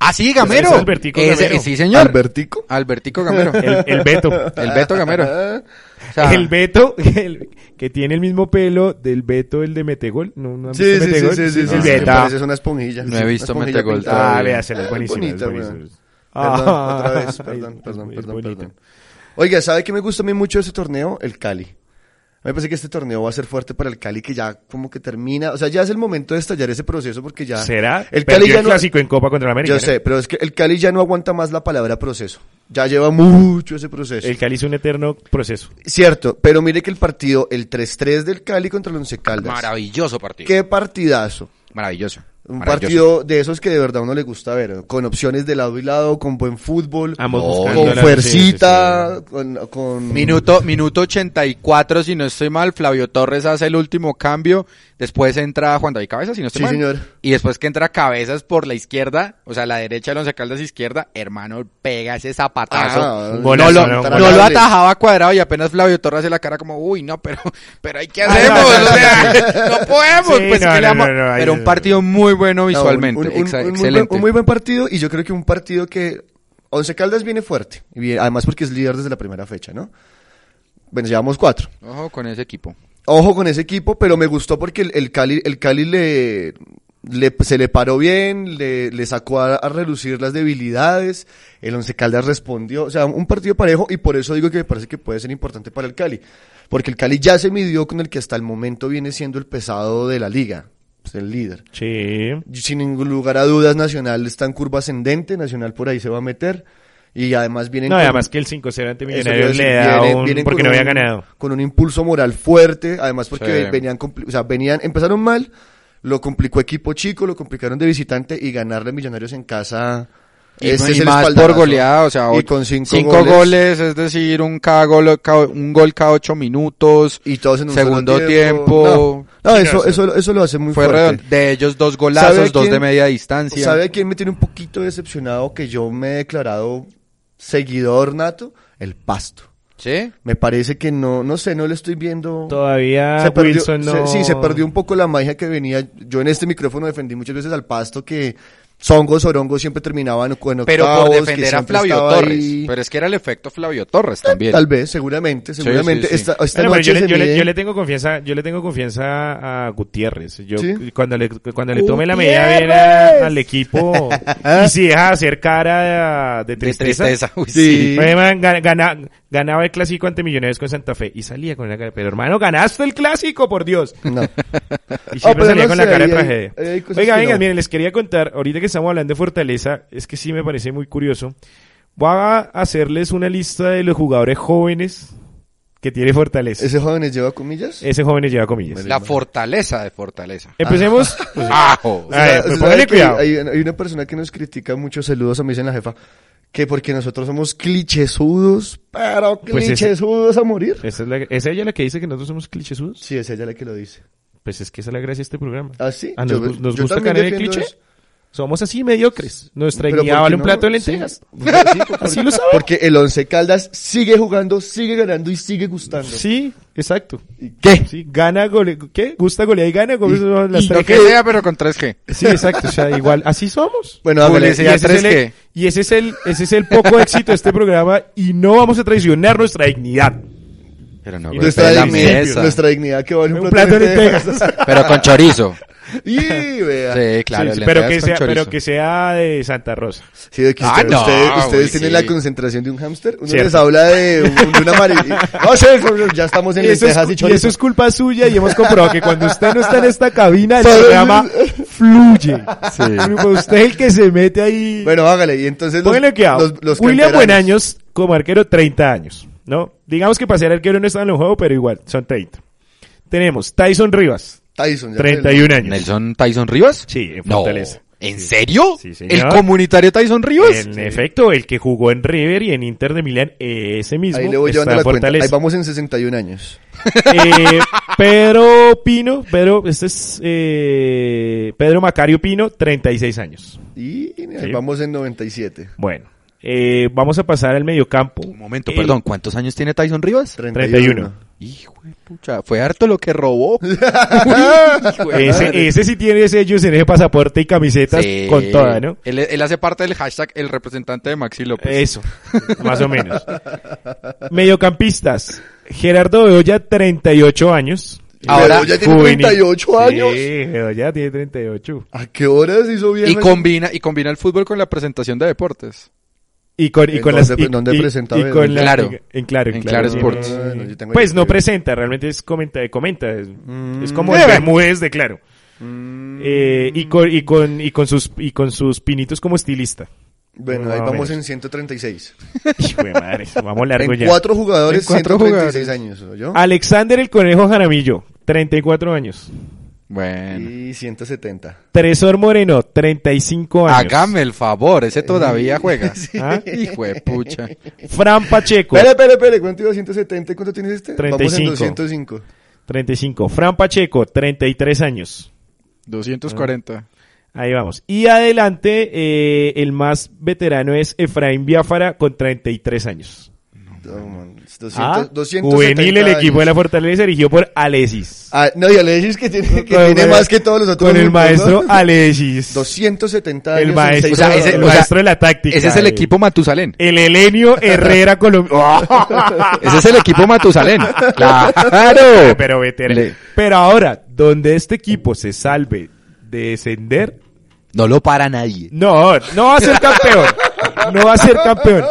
Ah, sí, Gamero.
Es Albertico
Ese-
Gamero.
sí, señor.
Albertico. Ah,
Albertico Gamero.
El, el Beto.
(laughs) El Beto Gamero. O
(laughs)
sea,
El Beto, el- que tiene el mismo pelo del Beto, el de Metegol. ¿No, no han
Sí,
visto
sí, sí,
Metegol?
sí, sí,
El
sí,
Beto.
me parece es una esponjilla.
No he visto
Una esponjilla
Metegol
pintada.
Ah,
Ah,
véasela, es
es
buenísimo.
bonita,
es
weón.
buenísimo.
Perdón,
Ah. (laughs)
otra vez,
Es-
perdón, perdón,
es
perdón,
bonita.
perdón. Oiga, ¿sabe qué me gusta a mí mucho de este torneo? El Cali. A mí me parece que este torneo va a ser fuerte para el Cali, que ya como que termina. O sea, ya es el momento de estallar ese proceso porque ya.
¿Será?
El
Perdió
Cali ya
el
no.
clásico en Copa contra el América.
Yo
¿no?
sé, pero es que el Cali ya no aguanta más la palabra proceso. Ya lleva mucho ese proceso.
El Cali es un eterno proceso.
Cierto, pero mire que el partido, el 3-3 del Cali contra el Once Caldas.
maravilloso partido.
Qué partidazo.
Maravilloso.
Un
maravilloso.
partido de esos que de verdad a uno le gusta ver, ¿no? con opciones de lado y lado, con buen fútbol,
Ambos
No,
buscando
con
la-
fuercita, con... con-
Minuto, minuto 84, si no estoy mal, Flavio Torres hace el último cambio, después entra Juan David Cabezas, si no estoy
Sí,
mal.
señor.
Y después que entra Cabezas por la izquierda, o sea, la derecha de Once Caldas izquierda, hermano, pega ese zapatazo.
Ah,
Un golazo,
no lo-
¿no? Un
no lo
Agradable.
atajaba cuadrado y apenas Flavio Torres hace la cara como, uy, no, pero, pero hay que
Ah,
hacemos,
no, no,
o sea, (laughs) no podemos.
Sí,
pues,
no,
¿qué le
no,
vamos a-
no, no, ahí-
pero un partido muy bueno
No, un-
visualmente,
un- un-
exa-
un muy buen-
excelente.
un muy buen partido y yo creo que un partido que Once Caldas viene fuerte, y bien- además porque es líder desde la primera fecha, ¿no? Bueno, llevamos cuatro.
Ojo con ese equipo.
Ojo con ese equipo, pero me gustó porque el, el Cali, el Cali le, le- se le paró bien, le, le sacó a, a relucir las debilidades, el Once Caldas respondió, o sea, un partido parejo y por eso digo que me parece que puede ser importante para el Cali, porque el Cali ya se midió con el que hasta el momento viene siendo el pesado de la liga, pues el líder.
Sí.
Sin ningún lugar a dudas, Nacional está en curva ascendente, Nacional por ahí se va a meter y además vienen
No, y
con-
además que el 5-0 ante
eso iba a
Millonarios
decir,
Este le da
vienen-
un...
vienen
porque
con
no había
un-
ganado.
Con un impulso moral fuerte, además porque
Sí.
venían, compli- o sea, venían, empezaron mal, lo complicó equipo chico, lo complicaron de visitante y ganarle a Millonarios en casa.
Y,
ese
y
es el
más por
espaldarazo.
goleada, o sea,
y
ocho-
con cinco,
goles. es decir, un, cada gol, cada- un gol cada ocho minutos.
y todos en un
segundo
solo
tiempo.
No, no, eso, eso, eso lo hace muy
Fue
fuerte.
redondo. De ellos dos
¿Sabe
golazos, dos
quién-
de media distancia.
¿Sabe quién me tiene un poquito decepcionado que yo me he declarado seguidor nato? El Pasto.
¿Sí?
Me parece que no, no sé, no le estoy viendo.
Todavía
se perdió,
Wilson no...
se- sí, se perdió un poco la magia que venía. Yo en este micrófono defendí muchas veces al pasto que Songos, Orongos siempre terminaban con
Pero
octavos,
por
que
defender a
siempre
Flavio
estaba
Torres.
ahí.
Pues,
Pero es que era el efecto Flavio Torres también.
Tal vez, seguramente,
Sí,
seguramente.
sí, sí.
Esta, esta
Bueno, pero
noche
yo, le,
se
yo le-
mide-
yo le tengo confianza, yo le tengo confianza a Gutiérrez. Yo
¿Sí?
cuando le cuando le tome la medida bien a- al
(laughs)
equipo y si deja de hacer cara de, de
de
tristeza.
tristeza. uy,
Sí.
Oye, man, gana- gana- ganaba el clásico ante Millonarios con Santa Fe y salía con la cara, pero hermano, ganaste el clásico, por Dios.
No.
Y
Ah,
siempre
pero
salía
no
con
sé,
la cara de
ahí hay-
tragedia.
ahí hay cosas
Oiga,
que
venga,
no.
miren, les quería contar, ahorita que estamos hablando de Fortaleza, es que sí me parece muy curioso. Voy a hacerles una lista de los jugadores jóvenes que tiene Fortaleza.
¿Ese jóvenes lleva comillas?
Ese jóvenes lleva comillas.
La fortaleza de fortaleza.
(laughs)
Empecemos. pues,
Ajo.
Ah, eh,
O sea,
pues,
¿sabe
póngale
que
cuidado.
Hay, hay una persona que nos critica mucho, saludos a mí, en la jefa, que porque nosotros somos clichesudos, pero
Pues es-
clichesudos a morir.
Esa es, la- ¿es ella la que dice que nosotros somos clichesudos?
Sí, es ella la que lo dice.
Pues es que esa es la gracia de este programa.
¿Ah, sí?
Ah, ¿Nos,
Yo-
gu- nos
yo
gusta
también
caer en el
defiendo
cliché?
eso.
Somos así mediocres. Nuestra
Pero
guía
¿por qué
vale un
no?
plato de
Sí.
lentejas.
Sí,
(laughs)
porque-
Así lo sabe.
Porque el Once Caldas sigue jugando, sigue ganando y sigue gustando.
Sí, exacto.
¿Qué?
Sí, gana, gole... ¿qué? Gusta, golea y gana. Como
Y-
son las
y-
Lo
tres
que
G.
sea, pero con 3G.
Sí, exacto. O sea, igual, así
(laughs)
somos.
Bueno, hágale.
Publicidad
Y ese-
ese es,
3G.
el, e-?" y ese es el, ese es el
(laughs)
poco éxito de este programa y no vamos a traicionar nuestra dignidad.
Pero no,
Y
golpea
nuestra,
la
dignidad,
"Pues, mesa.
nuestra dignidad que vale un,
Un plato de
lentejas.
lentejas.
Pero con chorizo.
y vea. (laughs) Sí,
Sí, claro.
Sí, sí,
lentejas
pero, que
con
sea, pero
chorizo.
que sea de Santa Rosa.
de que
Ah,
usted-
no,
ustedes, ustedes
uy,
tienen
sí.
la concentración de un hámster. Uno
Cierto.
les habla de, un- de una amarilla. No sé, ya estamos en
Y eso, es,
lentejas y
cu- y
chorizo.
eso es culpa suya y hemos comprobado que cuando usted no está en esta
(laughs)
cabina el
Solo-
programa fluye. Pero pues Usted es el que se mete ahí.
Bueno, hágale. Y entonces los,
Póngale cuidado.
los- los
William
canteranos.
Buenaños como arquero 30 años, ¿no? Digamos que para ser arquero no está en el juego, pero igual, son 30. Tenemos Tyson Rivas,
Tyson. ya
31 años.
¿Nelson Tyson Rivas?
Sí, en
No.
Fortaleza.
¿En serio?
Sí, señor.
¿El comunitario Tyson Rivas?
En efecto, el que jugó en River y en Inter de Milán, ese mismo,
Ahí le voy
está
llevando
en
la cuenta. Ahí
Fortaleza.
vamos en 61 años.
(laughs) Eh, Pedro Pino, Pedro, este es eh, Pedro Macario Pino, 36 años.
Y ahí
Sí.
vamos en 97.
Bueno, eh, vamos a pasar al mediocampo.
Un momento,
Eh,
perdón. ¿Cuántos años tiene Tyson Rivas?
31.
Hijo de pucha. Fue harto lo que
(laughs)
robó.
Ese, ese sí tiene sellos en ese pasaporte y camisetas
Sí.
con toda, ¿no? Eh,
Él, él hace parte del hashtag el representante de Maxi López.
Eso, más o menos. Mediocampistas. Gerardo Bedoya, 38 años.
Ahora,
Pero ya tiene
Juvenil.
38 años.
Sí, Bedoya tiene 38.
¿A qué horas hizo bien?
y combina, y combina el fútbol con la presentación de deportes.
Y con, y
¿En
con
dónde-
las... y-
en pues, dónde
y-
presenta
y
Bedoya?
con la-
Claro.
En Claro,
En Claro Sports.
Ah, no, yo tengo Mm.
Pues
ahí
no
que-
presenta, realmente es comenta, comenta. Es, es
(laughs)
como el Bermúdez de Claro.
Mm,
Eh, y, con, y, con, y, con sus, y con sus pinitos como estilista.
Bueno,
No,
ahí
a
vamos
ver.
en 136.
(laughs) Hijo de madre,
(laughs)
vamos largo
En
ya.
cuatro jugadores,
En cuatro
136 años,
Ah,
¿yo?
Alexander el Conejo Jaramillo, 34 años.
Bueno.
Y 170.
Tresor Moreno, 35 años.
Hágame el favor, ese todavía
(laughs)
juega.
¿Ah?
Hijo de pucha.
Fran Pacheco,
Espere, espere, espere. ¿Cuánto iba 170? ¿Cuánto tienes este? Vamos en
35.
205.
35. Fran Pacheco, 33 años.
240.
Ah. Ahí vamos. Y adelante, eh, el más veterano es Efraín Biafara con 33 años. Ah, Juvenil el equipo de la Fortaleza dirigido por Alexis.
Ah, no, y Alexis que tiene, que
Con-
tiene
con-
más que todos los otros.
Con el
juntos,
maestro
¿no?
Alexis.
270 años.
El
en
maestro,
seis
O sea,
horas.
ese-
el
o sea,
maestro de la táctica.
Ese es el
eh.
equipo Matusalén.
El Helenio
(laughs)
Herrera Colombia.
Ese es el equipo
(laughs)
Matusalén. Claro.
pero veterano.
Le-
Pero ahora, donde este equipo se salve de descender,
No lo para nadie.
no, no va a ser campeón. No va a ser campeón.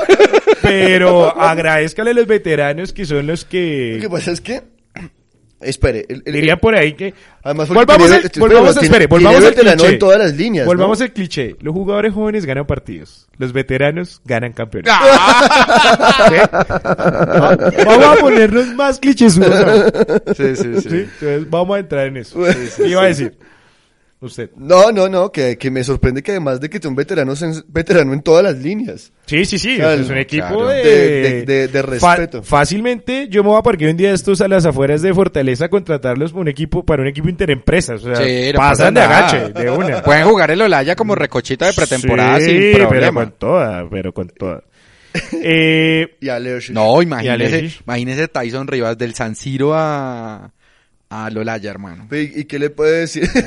Pero agradezcale a los veteranos que son los
Lo que
que
pasa es que. (clears throat) Espere. El, el-
dirían por ahí que
Además, porque
volvamos,
Tinelli-
al-
espere,
volvamos,
Martín,
espere, volvamos
Tinelli
al
veterano
cliché.
en todas las líneas, ¿no?
volvamos al cliché. Los jugadores jóvenes ganan partidos, los veteranos ganan campeones. ¿Sí? Vamos a ponernos más clichés.
Sí, sí,
Sí, Entonces vamos a entrar en eso. ¿Qué iba a decir? Usted.
No, no, no, que, que me sorprende que además de que sea un veterano, sea un veterano en todas las líneas.
Sí, sí, sí.
Claro,
es un equipo
claro.
de,
De- de- de- de
fa-
respeto.
fácilmente yo me voy a parquear un día de estos a las afueras de Fortaleza a contratarlos por un equipo, para un equipo interempresas. O sea,
Sí, no pasa
pasan de
nada.
agache, de
(laughs)
una. Mm.
Pueden jugar el Olaya como recochita de pretemporada
Sí,
sin
pero
problema.
con toda, pero con toda. Eh,
Y a Alexis.
No,
Y
imagínese,
Alexis.
imagínese Tyson Rivas del San Siro a, a
(laughs)
Lolaya, hermano.
¿Y, y qué le puede decir? (laughs)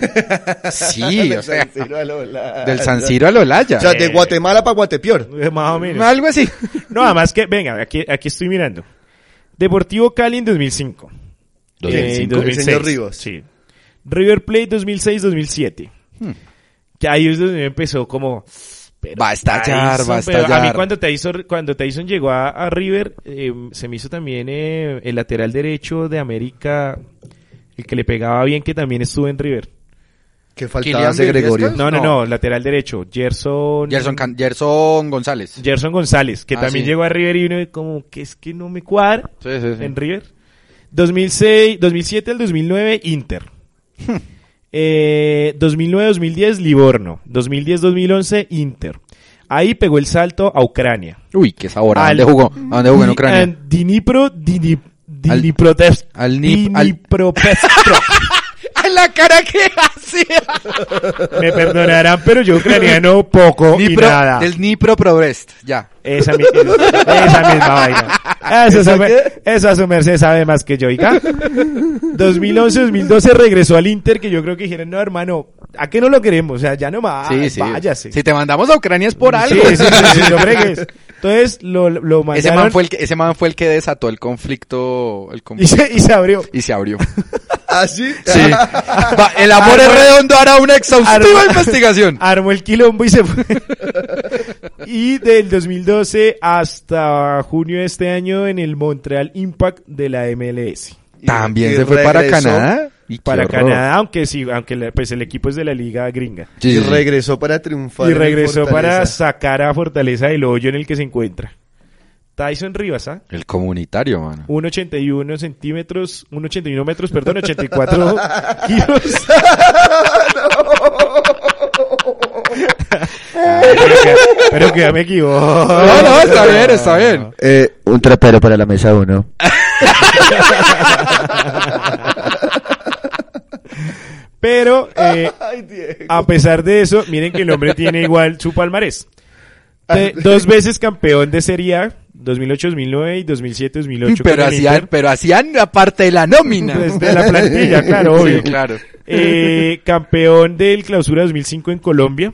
Sí, o
Del
sea,
San Siro a Lola.
del Eh. San Siro a Lolaya.
O sea, de Guatemala para Guatepeor.
más o menos.
Algo así.
No, además que, venga, aquí, aquí estoy mirando. Deportivo Cali en 2005. Eh,
2005. El señor Rivas.
Sí. River Plate 2006-2007.
Hmm.
Que ahí es donde empezó como... pero
Va a estallar,
Tyson,
va a
pero A mí
estallar.
cuando Tyson, cuando Tyson llegó a, a River, eh, se me hizo también eh, el lateral derecho de América, el que le pegaba bien, que también estuvo en River.
Que
Kylian
faltaba ese
Villasca.
Gregorio.
No, no, no,
No.
lateral derecho, Gerson...
Gerson, Can- Gerson González.
Gerson González, que
Ah,
también
sí.
llegó a River y uno como que es que no me cuadra
Sí, sí, sí.
en River. 2006, 2007 al 2009
(laughs)
Inter. Eh, 2009-2010 Livorno. 2010-2011 Inter. Ahí pegó el salto a Ucrania.
Uy, qué sabor. ¿A
Al- Mm,
dónde jugó? ¿A dónde jugó en
Di-
Ucrania?
al Dnipro, Dnip-
Al-
Dniprotes-
al Nip- al-
Dnipropetro.
la cara que hacía!
Me perdonarán, pero yo ucraniano poco y nada.
Del Nipro Progrest, ya.
Esa, mi- esa misma vaina. Eso, su, eso a su merced sabe más que yo, oiga. 2011-2012 regresó al Inter, que yo creo que dijeron, no, hermano, ¿a qué no lo queremos? O sea, ya nomás,
Sí, sí.
Ah, váyase.
Si te mandamos a Ucrania es por algo.
Sí, sí, sí, sí, no
(laughs)
fregues. Entonces, lo, lo mandaron
Ese man, fue el que, ese man fue el que desató el conflicto, el
y,
conflicto
se, y se abrió.
y se abrió.
(laughs) ¿Ah, sí?
Sí. Va, el amor es redondo hará una exhaustiva investigación.
(laughs) Armó el quilombo y se
(laughs)
fue. y del 2012 hasta junio de este año en el Montreal Impact de la MLS.
(laughs)
(laughs)
Y-
También
y
se fue para
regresó-
Canadá. Y qué
Para
horror.
Canadá, aunque sí, aunque la- pues el equipo es de la liga gringa.
Sí,
Y
sí, sí.
regresó para triunfar.
Y
en
regresó para (laughs)
Fortaleza. (laughs)
sacar a Fortaleza del hoyo en el que se encuentra. Tyson Rivas, ¿ah?
El comunitario, mano.
1,81 centímetros, 1,81 metros, perdón,
(laughs)
84 kilos. Ay, pero que ya me equivoco.
No, no, está bien, está bien.
Eh, un trapero para la mesa uno.
Pero, eh, a pesar de eso, miren que el hombre tiene igual su palmarés.
Ah,
Ah, De-
(laughs)
dos veces campeón de Serie A, 2008-2009 y 2007-2008.
Pero
con el
hacían,
Inter.
pero hacían la parte de la nómina.
Pues, de la plantilla, claro,
Sí,
obvio.
claro.
Eh, campeón del Clausura 2005 en Colombia.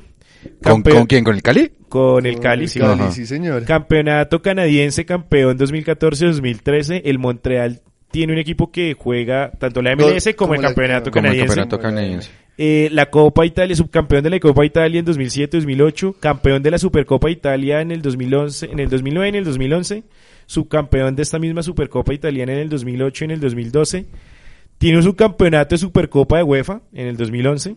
¿Con,
Campeón-
¿Con quién? ¿Con el Cali?
Con el Cali, sí.
Cali,
Ajá.
sí, señor.
Campeonato canadiense, campeón 2014-2013. El Montreal tiene un equipo que juega tanto la MLS como,
como
el
la-
campeonato
Como el
canadiense.
campeonato canadiense.
Eh, la Copa Italia, subcampeón de la Copa Italia en 2007-2008, campeón de la Supercopa Italia en el 2011, en el 2009 y en el 2011, subcampeón de esta misma Supercopa Italiana en el 2008 y en el 2012. Tiene un subcampeonato de Supercopa de UEFA en el 2011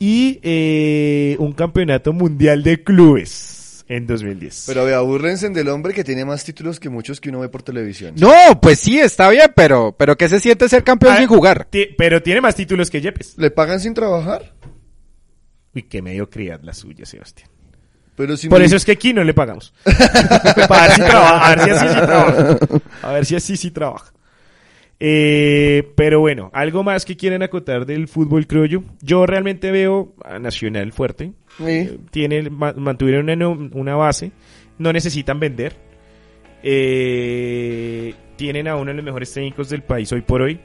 y eh, un campeonato mundial de clubes en 2010.
Pero vea, aburrense del hombre que tiene más títulos que muchos que uno ve por televisión.
No, pues sí, está bien, pero, pero ¿qué se siente ser campeón
Ah,
sin jugar?
ti- pero tiene más títulos que Yepes.
¿Le pagan sin trabajar?
Uy, qué mediocridad la suya, Sebastián.
Pero si
Por
me-
eso es que aquí no le pagamos. (laughs) Para ver si trabaja, a ver si así sí trabaja. A ver si así sí trabaja. Eh, pero bueno, algo más que quieran acotar del fútbol criollo. Yo realmente veo a Nacional fuerte. Eh,
Sí.
Tiene, ma- mantuvieron una, no- una base. No necesitan vender. Eh, tienen a uno de los mejores técnicos del país hoy por hoy.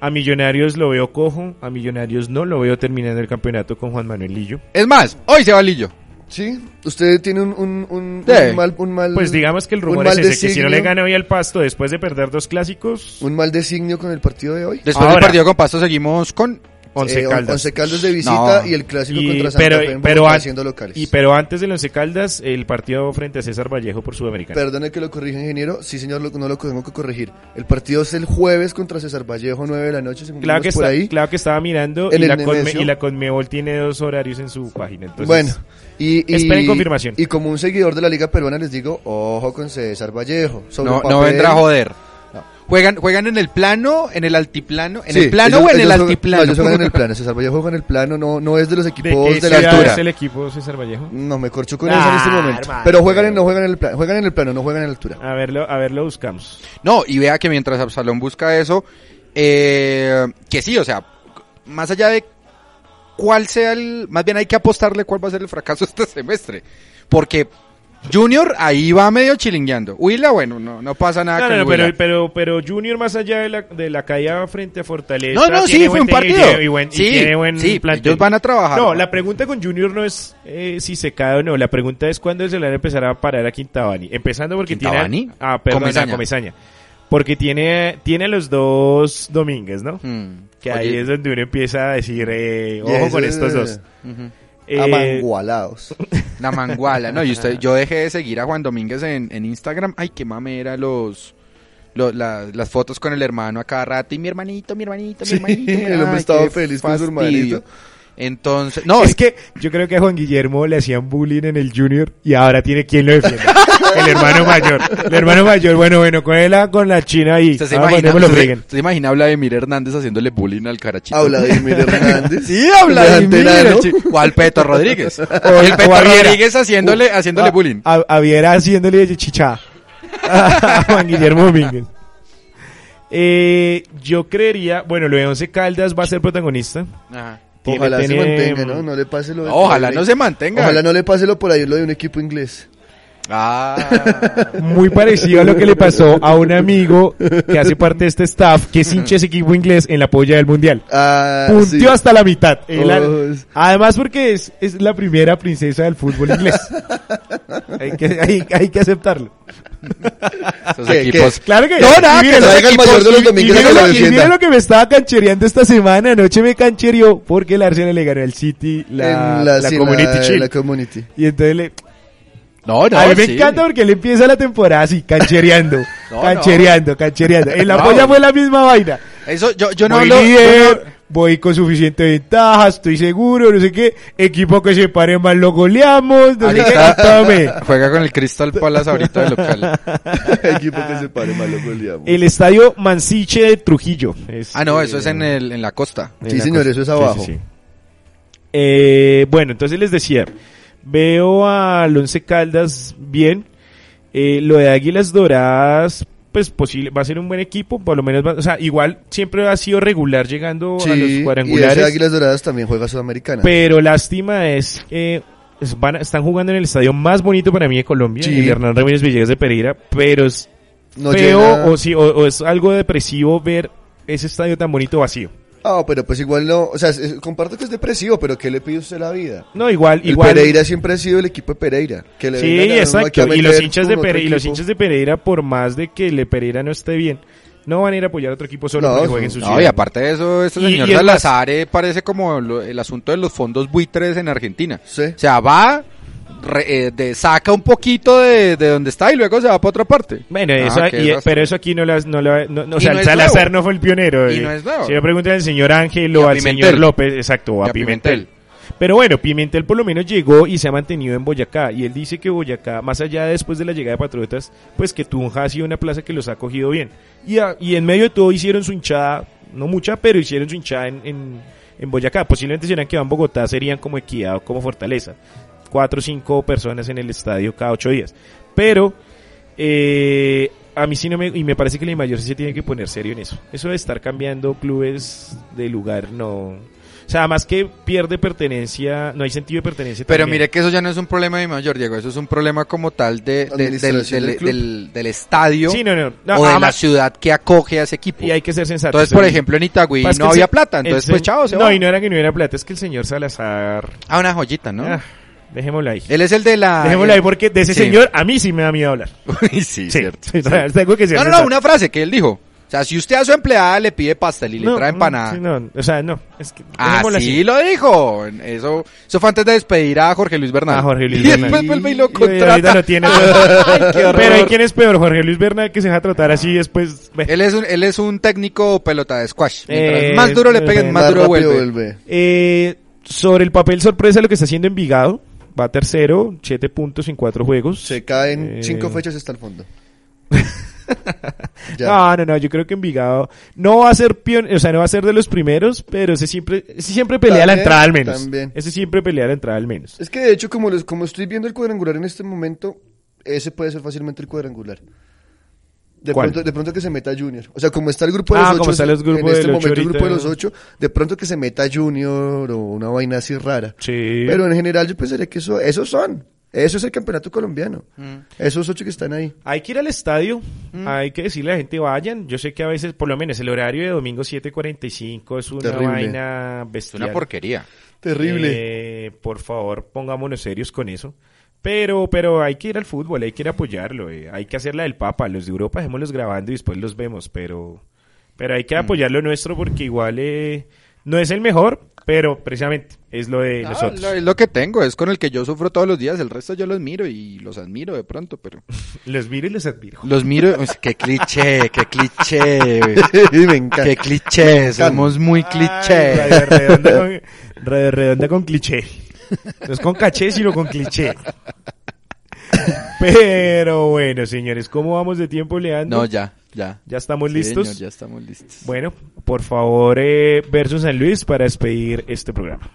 A Millonarios lo veo cojo, a Millonarios no lo veo terminando el campeonato con Juan Manuel Lillo.
Es más, hoy se va Lillo.
Sí, usted tiene un, un, un,
Sí.
un mal, un mal-
Pues digamos que el
un
rumor es
mal
ese, que si no le
designio-
gana hoy al Pasto después de perder dos clásicos,
Un mal designio con el partido de hoy.
Después
Ahora.
del partido con Pasto seguimos con...
Once
Eh, on-
Caldas.
Once Caldas de visita
No.
y el clásico
Y-
contra Santa
pero,
Fe en
pero,
Bogotá
an-
siendo locales.
y pero antes del Once Caldas, el partido frente a César Vallejo por Sudamericana.
Perdone que lo corrija, ingeniero. Sí, señor, lo- no lo tengo que corregir. El partido es el jueves contra César Vallejo, 9 de la noche, según
claro,
vimos
que
por
está-
ahí.
claro que estaba mirando y
En el
la, Conme-
Nemesio.
y la Conmebol tiene dos horarios en su página. Entonces,
bueno, y, y-
esperen confirmación.
Y como un seguidor de la Liga Peruana les digo, ojo con César Vallejo. Sobre
No,
papel,
no vendrá a joder. Juegan, juegan en el plano, en el altiplano, en
Sí,
el plano
ellos-
o en el
ellos juegan-
altiplano.
No, ellos juegan en el plano. César Vallejo juega en el plano, no, no es de los
¿de
equipos
qué
de, la
ciudad
altura.
es el equipo César Vallejo?
No, me corcho con
Ah,
eso en este momento.
hermano. Ah,
Pero juegan en, no juegan en el plano, juegan en el plano, no juegan en la altura.
A verlo, a verlo buscamos.
(laughs) No, y vea que mientras Absalón busca eso, eh, que sí, o sea, más allá de cuál sea el... Más bien hay que apostarle cuál va a ser el fracaso (laughs) este semestre. Porque Junior ahí va medio chilingueando. Huila, bueno, no, no pasa
Ah,
nada
No,
con
no, no,
Huila.
pero, pero, pero Junior, más allá de la, de la caída frente a Fortaleza,
No, no,
tiene
sí, fue
buen
un
técnico
partido.
Y, buen, y
sí,
tiene buen
sí,
plantel.
ellos van a trabajar.
No, la pregunta con Junior no es eh, si se cae o no. La pregunta es cuándo se le van a empezar a parar a Quintabani. Empezando porque
¿Quintabani?
tiene. A, ah, perdón,
Comesaña.
a Comesaña. Porque tiene, tiene a los dos Domínguez, ¿no?
Mm.
Que ahí
Oye,
es donde uno empieza a decir, eh, ojo
Yes,
con
eh,
estos dos.
ujú.
Eh,
Amangualados.
La manguala, no, y usted, yo dejé de seguir a Juan Domínguez en, en Instagram. Ay, qué mamera los, lo- la- las fotos con el hermano a cada rato. Y mi hermanito, mi hermanito, mi
Sí,
hermanito. mi-
el hombre
ay,
estaba
qué
feliz con su hermanito.
Entonces, no,
es que yo creo que a Juan Guillermo le hacían bullying en el Junior y ahora tiene quien lo defienda.
(laughs)
el hermano mayor. El hermano mayor, bueno, bueno, con la, con la China ahí.
usted se,
Ah,
imagina,
cuando me lo
usted se-
freguen.
usted se imagina a Vladimir Hernández haciéndole bullying al carachito.
Habla de Emir
(laughs)
Hernández.
Sí, habla
Semejante
Vladimir.
enano.
Hernández. O al Peto
(laughs)
Rodríguez. el
o
Peto
a Viera.
Rodríguez haciéndole,
Ah,
haciéndole
a,
bullying.
Ah, A, a Viera haciéndole de chicha. A Juan Guillermo Domínguez. Eh, yo creería, bueno, lo de Once Caldas va a ser protagonista.
Ajá.
Tiene-
Ojalá se
tiene-
mantenga, ¿no? No le pase lo de-
Ojalá no se mantenga.
Ojalá no le pase lo por ahí lo de un equipo inglés. (laughs)
Ah.
Muy parecido a lo que le pasó a un amigo que hace parte de este staff, que es hincha ese equipo inglés en la polla del mundial.
Ah,
Punteó
sí.
hasta la mitad. El al-
Oh, es-
Además, porque es, es la primera princesa del fútbol inglés. hay, que, hay- hay que aceptarlo.
Esos
¿Qué,
equipos.
Claro que
No, nada,
y
que
miren,
lo
los
haga el
equipos-
mayor de los
y- y
domingos
miren
que lo
lo- y
defienda.
miren lo que me estaba canchereando esta semana. Anoche me canchereó porque el Arsenal le ganó al City la,
en
la,
sí,
Community
la-
Shield.
(laughs)
la community.
Y entonces le,
No, no,
a mí me
sí.
encanta porque él empieza la temporada así, canchereando,
(laughs) No,
canchereando, canchereando. En la
No.
polla fue la misma vaina.
Eso, yo, yo no
voy
hablo. yo no-
líder, voy con suficiente ventaja, estoy seguro, no sé qué. Equipo que se pare más lo goleamos, no sé qué.
Ahorita-
Tome.
Juega con el Crystal Palace ahorita
(laughs)
de local.
equipo que se pare malo goleamos.
El estadio Mansiche de Trujillo.
Ah, no,
eh,
eso es en, el, en la costa.
Sí, señor, eso es
Sí,
abajo.
sí, sí. Eh, bueno, entonces les decía, veo al Once Caldas bien. Eh, lo de Águilas Doradas, pues posible, va a ser un buen equipo, por lo menos, va- o sea, igual siempre ha sido regular llegando a los
Sí, Y ese
cuadrangulares.
Águilas Doradas también juega Sudamericana.
Pero lástima es que es- van a- están jugando en el estadio más bonito para mí de Colombia,
Sí.
el Hernán Ramírez Villegas de Pereira, pero es
No
feo
llena-
o, sí, o- o es algo depresivo ver ese estadio tan bonito vacío.
Ah, pero pues igual no, o sea, es- es- comparto que es depresivo, pero ¿qué le pide usted a la vida?
No, igual,
El
igual.
Pereira siempre ha sido el equipo de Pereira. Que le
Sí,
vengan a uno aquí a
exacto. Y
meter
los, hinchas de
con otro
Pere- y los
equipo.
hinchas de Pereira, por más de que el Pereira no esté bien, no van a ir a apoyar a otro equipo solo
No,
porque juegue en su
No,
ciudad.
y aparte de eso, este
Y-
señor
y es más-
Salazar eh, parece como lo- el asunto de los fondos buitres en Argentina.
Sí.
O sea, va, re- eh, de- saca un poquito de, de donde está y luego se va para otra parte.
Bueno,
Ah,
eso,
qué
y-
desastre.
pero eso aquí no las, no la, no, no, o
Y
sea,
no es
Salazar
nuevo.
no fue el pionero.
Y
eh.
no es nuevo.
Si me preguntan al señor Ángel
Y
o
a
al
Pimentel.
señor López, exacto, o a,
Y a
Pimentel.
Pimentel.
Pero bueno, Pimentel por lo menos llegó y se ha mantenido en Boyacá. Y él dice que Boyacá, más allá de después de la llegada de Patriotas, pues que Tunja ha sido una plaza que los ha cogido bien. Y, a- y en medio de todo hicieron su hinchada, no mucha, pero hicieron su hinchada en, en, en Boyacá. Posiblemente si hubieran quedado en Bogotá serían como Equidad o como Fortaleza. Cuatro o cinco personas en el estadio cada ocho días. Pero eh, a mí sí no me... Y me parece que la mayor sí se tiene que poner serio en eso. Eso de estar cambiando clubes de lugar no... O sea, además que pierde pertenencia, no hay sentido de pertenencia.
Pero
también.
mire que eso ya no es un problema de mi mayor, Diego. Eso es un problema como tal de, de- del,
Administración
del-
del club.
del- del estadio
Sí, no, no. No,
o de la
además-
ciudad que acoge a ese equipo.
y hay que ser sensato.
Entonces, por ejemplo, en Itagüí no había plata. Entonces, pues, chao, se
No,
va.
y no era que no hubiera plata, es que el señor Salazar.
Ah, una joyita, ¿no?
Ah, dejémoslo ahí.
Él es el de la...
Dejémoslo ahí porque de ese
Sí.
señor a mí sí me da miedo hablar.
(laughs) Uy, sí,
Sí,
cierto.
sí, (laughs) tengo que ser
No, no, no,
sensato.
una frase que él dijo. O sea, si usted a su empleada le pide pastel y le
No,
trae
no,
empanada. Ah,
sí, no, o sea, no. Es que dejémoslo
Así lo dijo. Eso, eso fue antes de despedir a Jorge Luis Bernal.
A Jorge Luis
(laughs) y
Bernal.
después vuelve y lo
Y ahorita
contrata.
lo
(laughs)
tiene.
qué horror.
Pero ¿y quién es peor? Jorge Luis Bernal que se va a tratar así después. Bueno.
Él es un, él es un técnico pelota de squash. Mientras
Eh,
más duro le
eh,
peguen, más
Más
duro
rápido
vuelve.
vuelve.
Eh, sobre el papel sorpresa lo que está haciendo Envigado. Va tercero, 7 puntos en 4 juegos.
Se caen
Eh,
cinco fechas hasta el
(laughs)
fondo. (laughs) ya.
No, no, no, yo creo que Envigado no va a ser pion- o sea, no va a ser de los primeros, pero ese siempre, ese siempre pelea la
También,
entrada al menos.
también.
Ese siempre pelea la entrada al menos.
Es que de hecho, como, los, como estoy viendo el cuadrangular en este momento, ese puede ser fácilmente el cuadrangular. De,
¿Cuál?
Pronto, de pronto que se meta Junior. O sea, como está el grupo de
Ah,
los
como
ocho.
está los grupos
en
del
este
ocho
momento el
ahorita.
grupo de los ocho, de pronto que se meta Junior o una vaina así rara.
Sí.
Pero en general yo pensaría que eso, esos son. Eso es el campeonato colombiano. Esos ocho que están ahí.
Hay que ir al estadio, hay que decirle a la gente vayan. Yo sé que a veces, por lo menos, el horario de domingo 7.45 es una
Terrible.
vaina
Es
bestial.
una porquería.
Terrible.
Eh, por favor, pongámonos serios con eso. Pero, pero hay que ir al fútbol, hay que ir a apoyarlo, eh. hay que hacer la del Papa. Los de Europa dejémoslos grabando y después los vemos, pero, pero
Mm.
hay que apoyar lo nuestro porque igual eh, no es el mejor, pero precisamente es lo de
Ah,
nosotros.
lo, es lo que tengo, es con el que yo sufro todos los días. El resto yo los miro y los admiro de pronto, pero.
Los miro y los admiro.
Los miro. Uy, qué cliché, qué cliché.
Eh, (laughs) Me encanta.
Qué cliché, somos
Ay,
muy cliché.
Radio redonda, con, Radio Redonda con cliché. No es con caché, sino con cliché. Pero bueno, señores, ¿cómo vamos de tiempo, Leandro?
No, ya, ya.
¿Ya estamos
Sí,
listos?
señor, ya estamos listos.
Bueno, por favor, eh, versus San Luis para despedir este programa.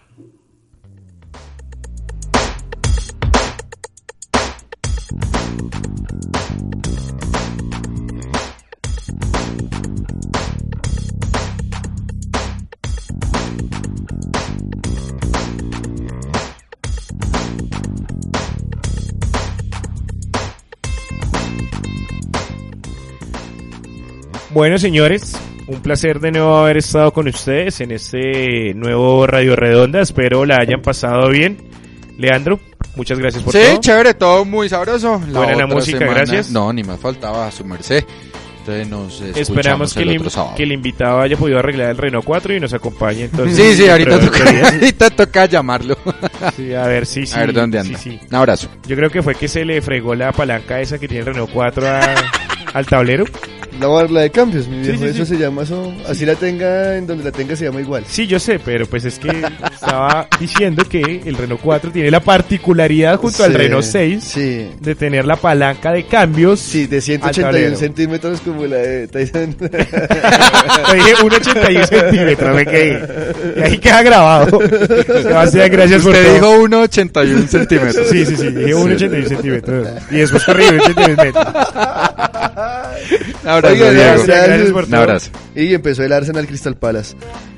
Bueno, señores, un placer de nuevo haber estado con ustedes en este nuevo Radio Redonda. Espero la hayan pasado bien. Leandro, muchas gracias por
sí,
todo.
chévere, todo muy sabroso.
Buena la
otra
música, gracias.
No, ni más faltaba a su merced. Entonces nos escuchamos
Esperamos que
el
el,
otro
im-
sábado.
que el invitado haya podido arreglar el Renault 4 y nos acompañe entonces.
Sí, sí, ahorita
dentro de ocho
toca,
días.
(laughs) ahorita toca llamarlo.
Sí, a ver, sí, sí.
a ver dónde
sí,
anda.
sí.
Un abrazo.
Yo creo que fue que se le fregó la palanca esa que tiene el Renault 4 a- al tablero.
La barra de cambios, mi viejo.
sí,
eso
sí.
se llama eso. Así la tenga, en donde la tenga se llama igual.
Sí, yo sé, pero pues es que estaba diciendo que el Renault 4 tiene la particularidad junto al
Sí,
Renault 6
Sí.
de tener la palanca de cambios. (laughs)
Sí, de
Al
181
tablero.
centímetros como la de Tyson. (laughs)
Te dije 1,81
(laughs)
centímetros, me quedé. Y ahí queda grabado. (laughs) Sebastián, gracias por
Usted
todo.
dijo 1,81 centímetros.
Sí, sí, sí, dije 1,81 centímetros. Y después corrí 81 metros.
Un abrazo,
Oiga,
(laughs) Diego.
gracias.
Un abrazo.
y empezó el Arsenal Crystal Palace.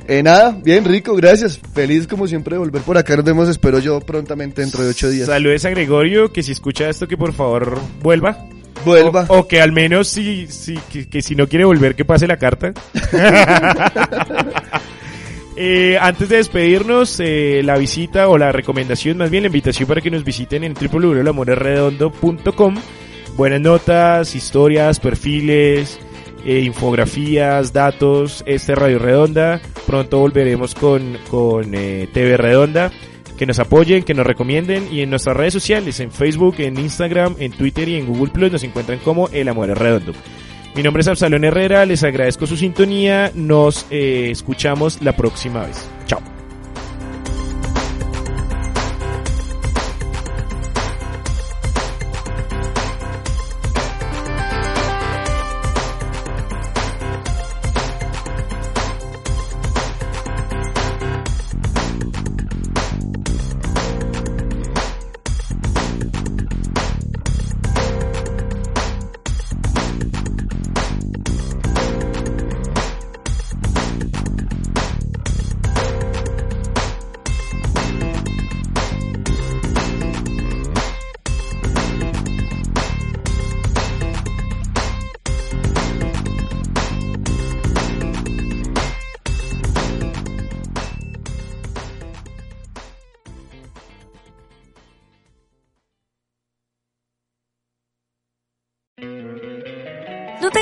Eh, nada, bien rico, gracias. Feliz como siempre de volver por acá. Nos vemos, espero yo prontamente dentro de ocho días.
Saludes a Gregorio, que si escucha esto, que por favor vuelva.
Vuelva.
O, o que al menos si, si, que, que si no quiere volver, que pase la carta. Eh, antes de despedirnos, eh, la visita o la recomendación, más bien la invitación para que nos visiten en www.lamoreredondo.com. Buenas notas, historias, perfiles, eh, infografías, datos. Este Radio Redonda. Pronto volveremos con, con eh, TV Redonda. Que nos apoyen, que nos recomienden y en nuestras redes sociales, en Facebook, en Instagram, en Twitter y en Google Plus nos encuentran como El Amor es Redondo. Mi nombre es Absalón Herrera, les agradezco su sintonía, nos eh, escuchamos la próxima vez. Chao.
¿No te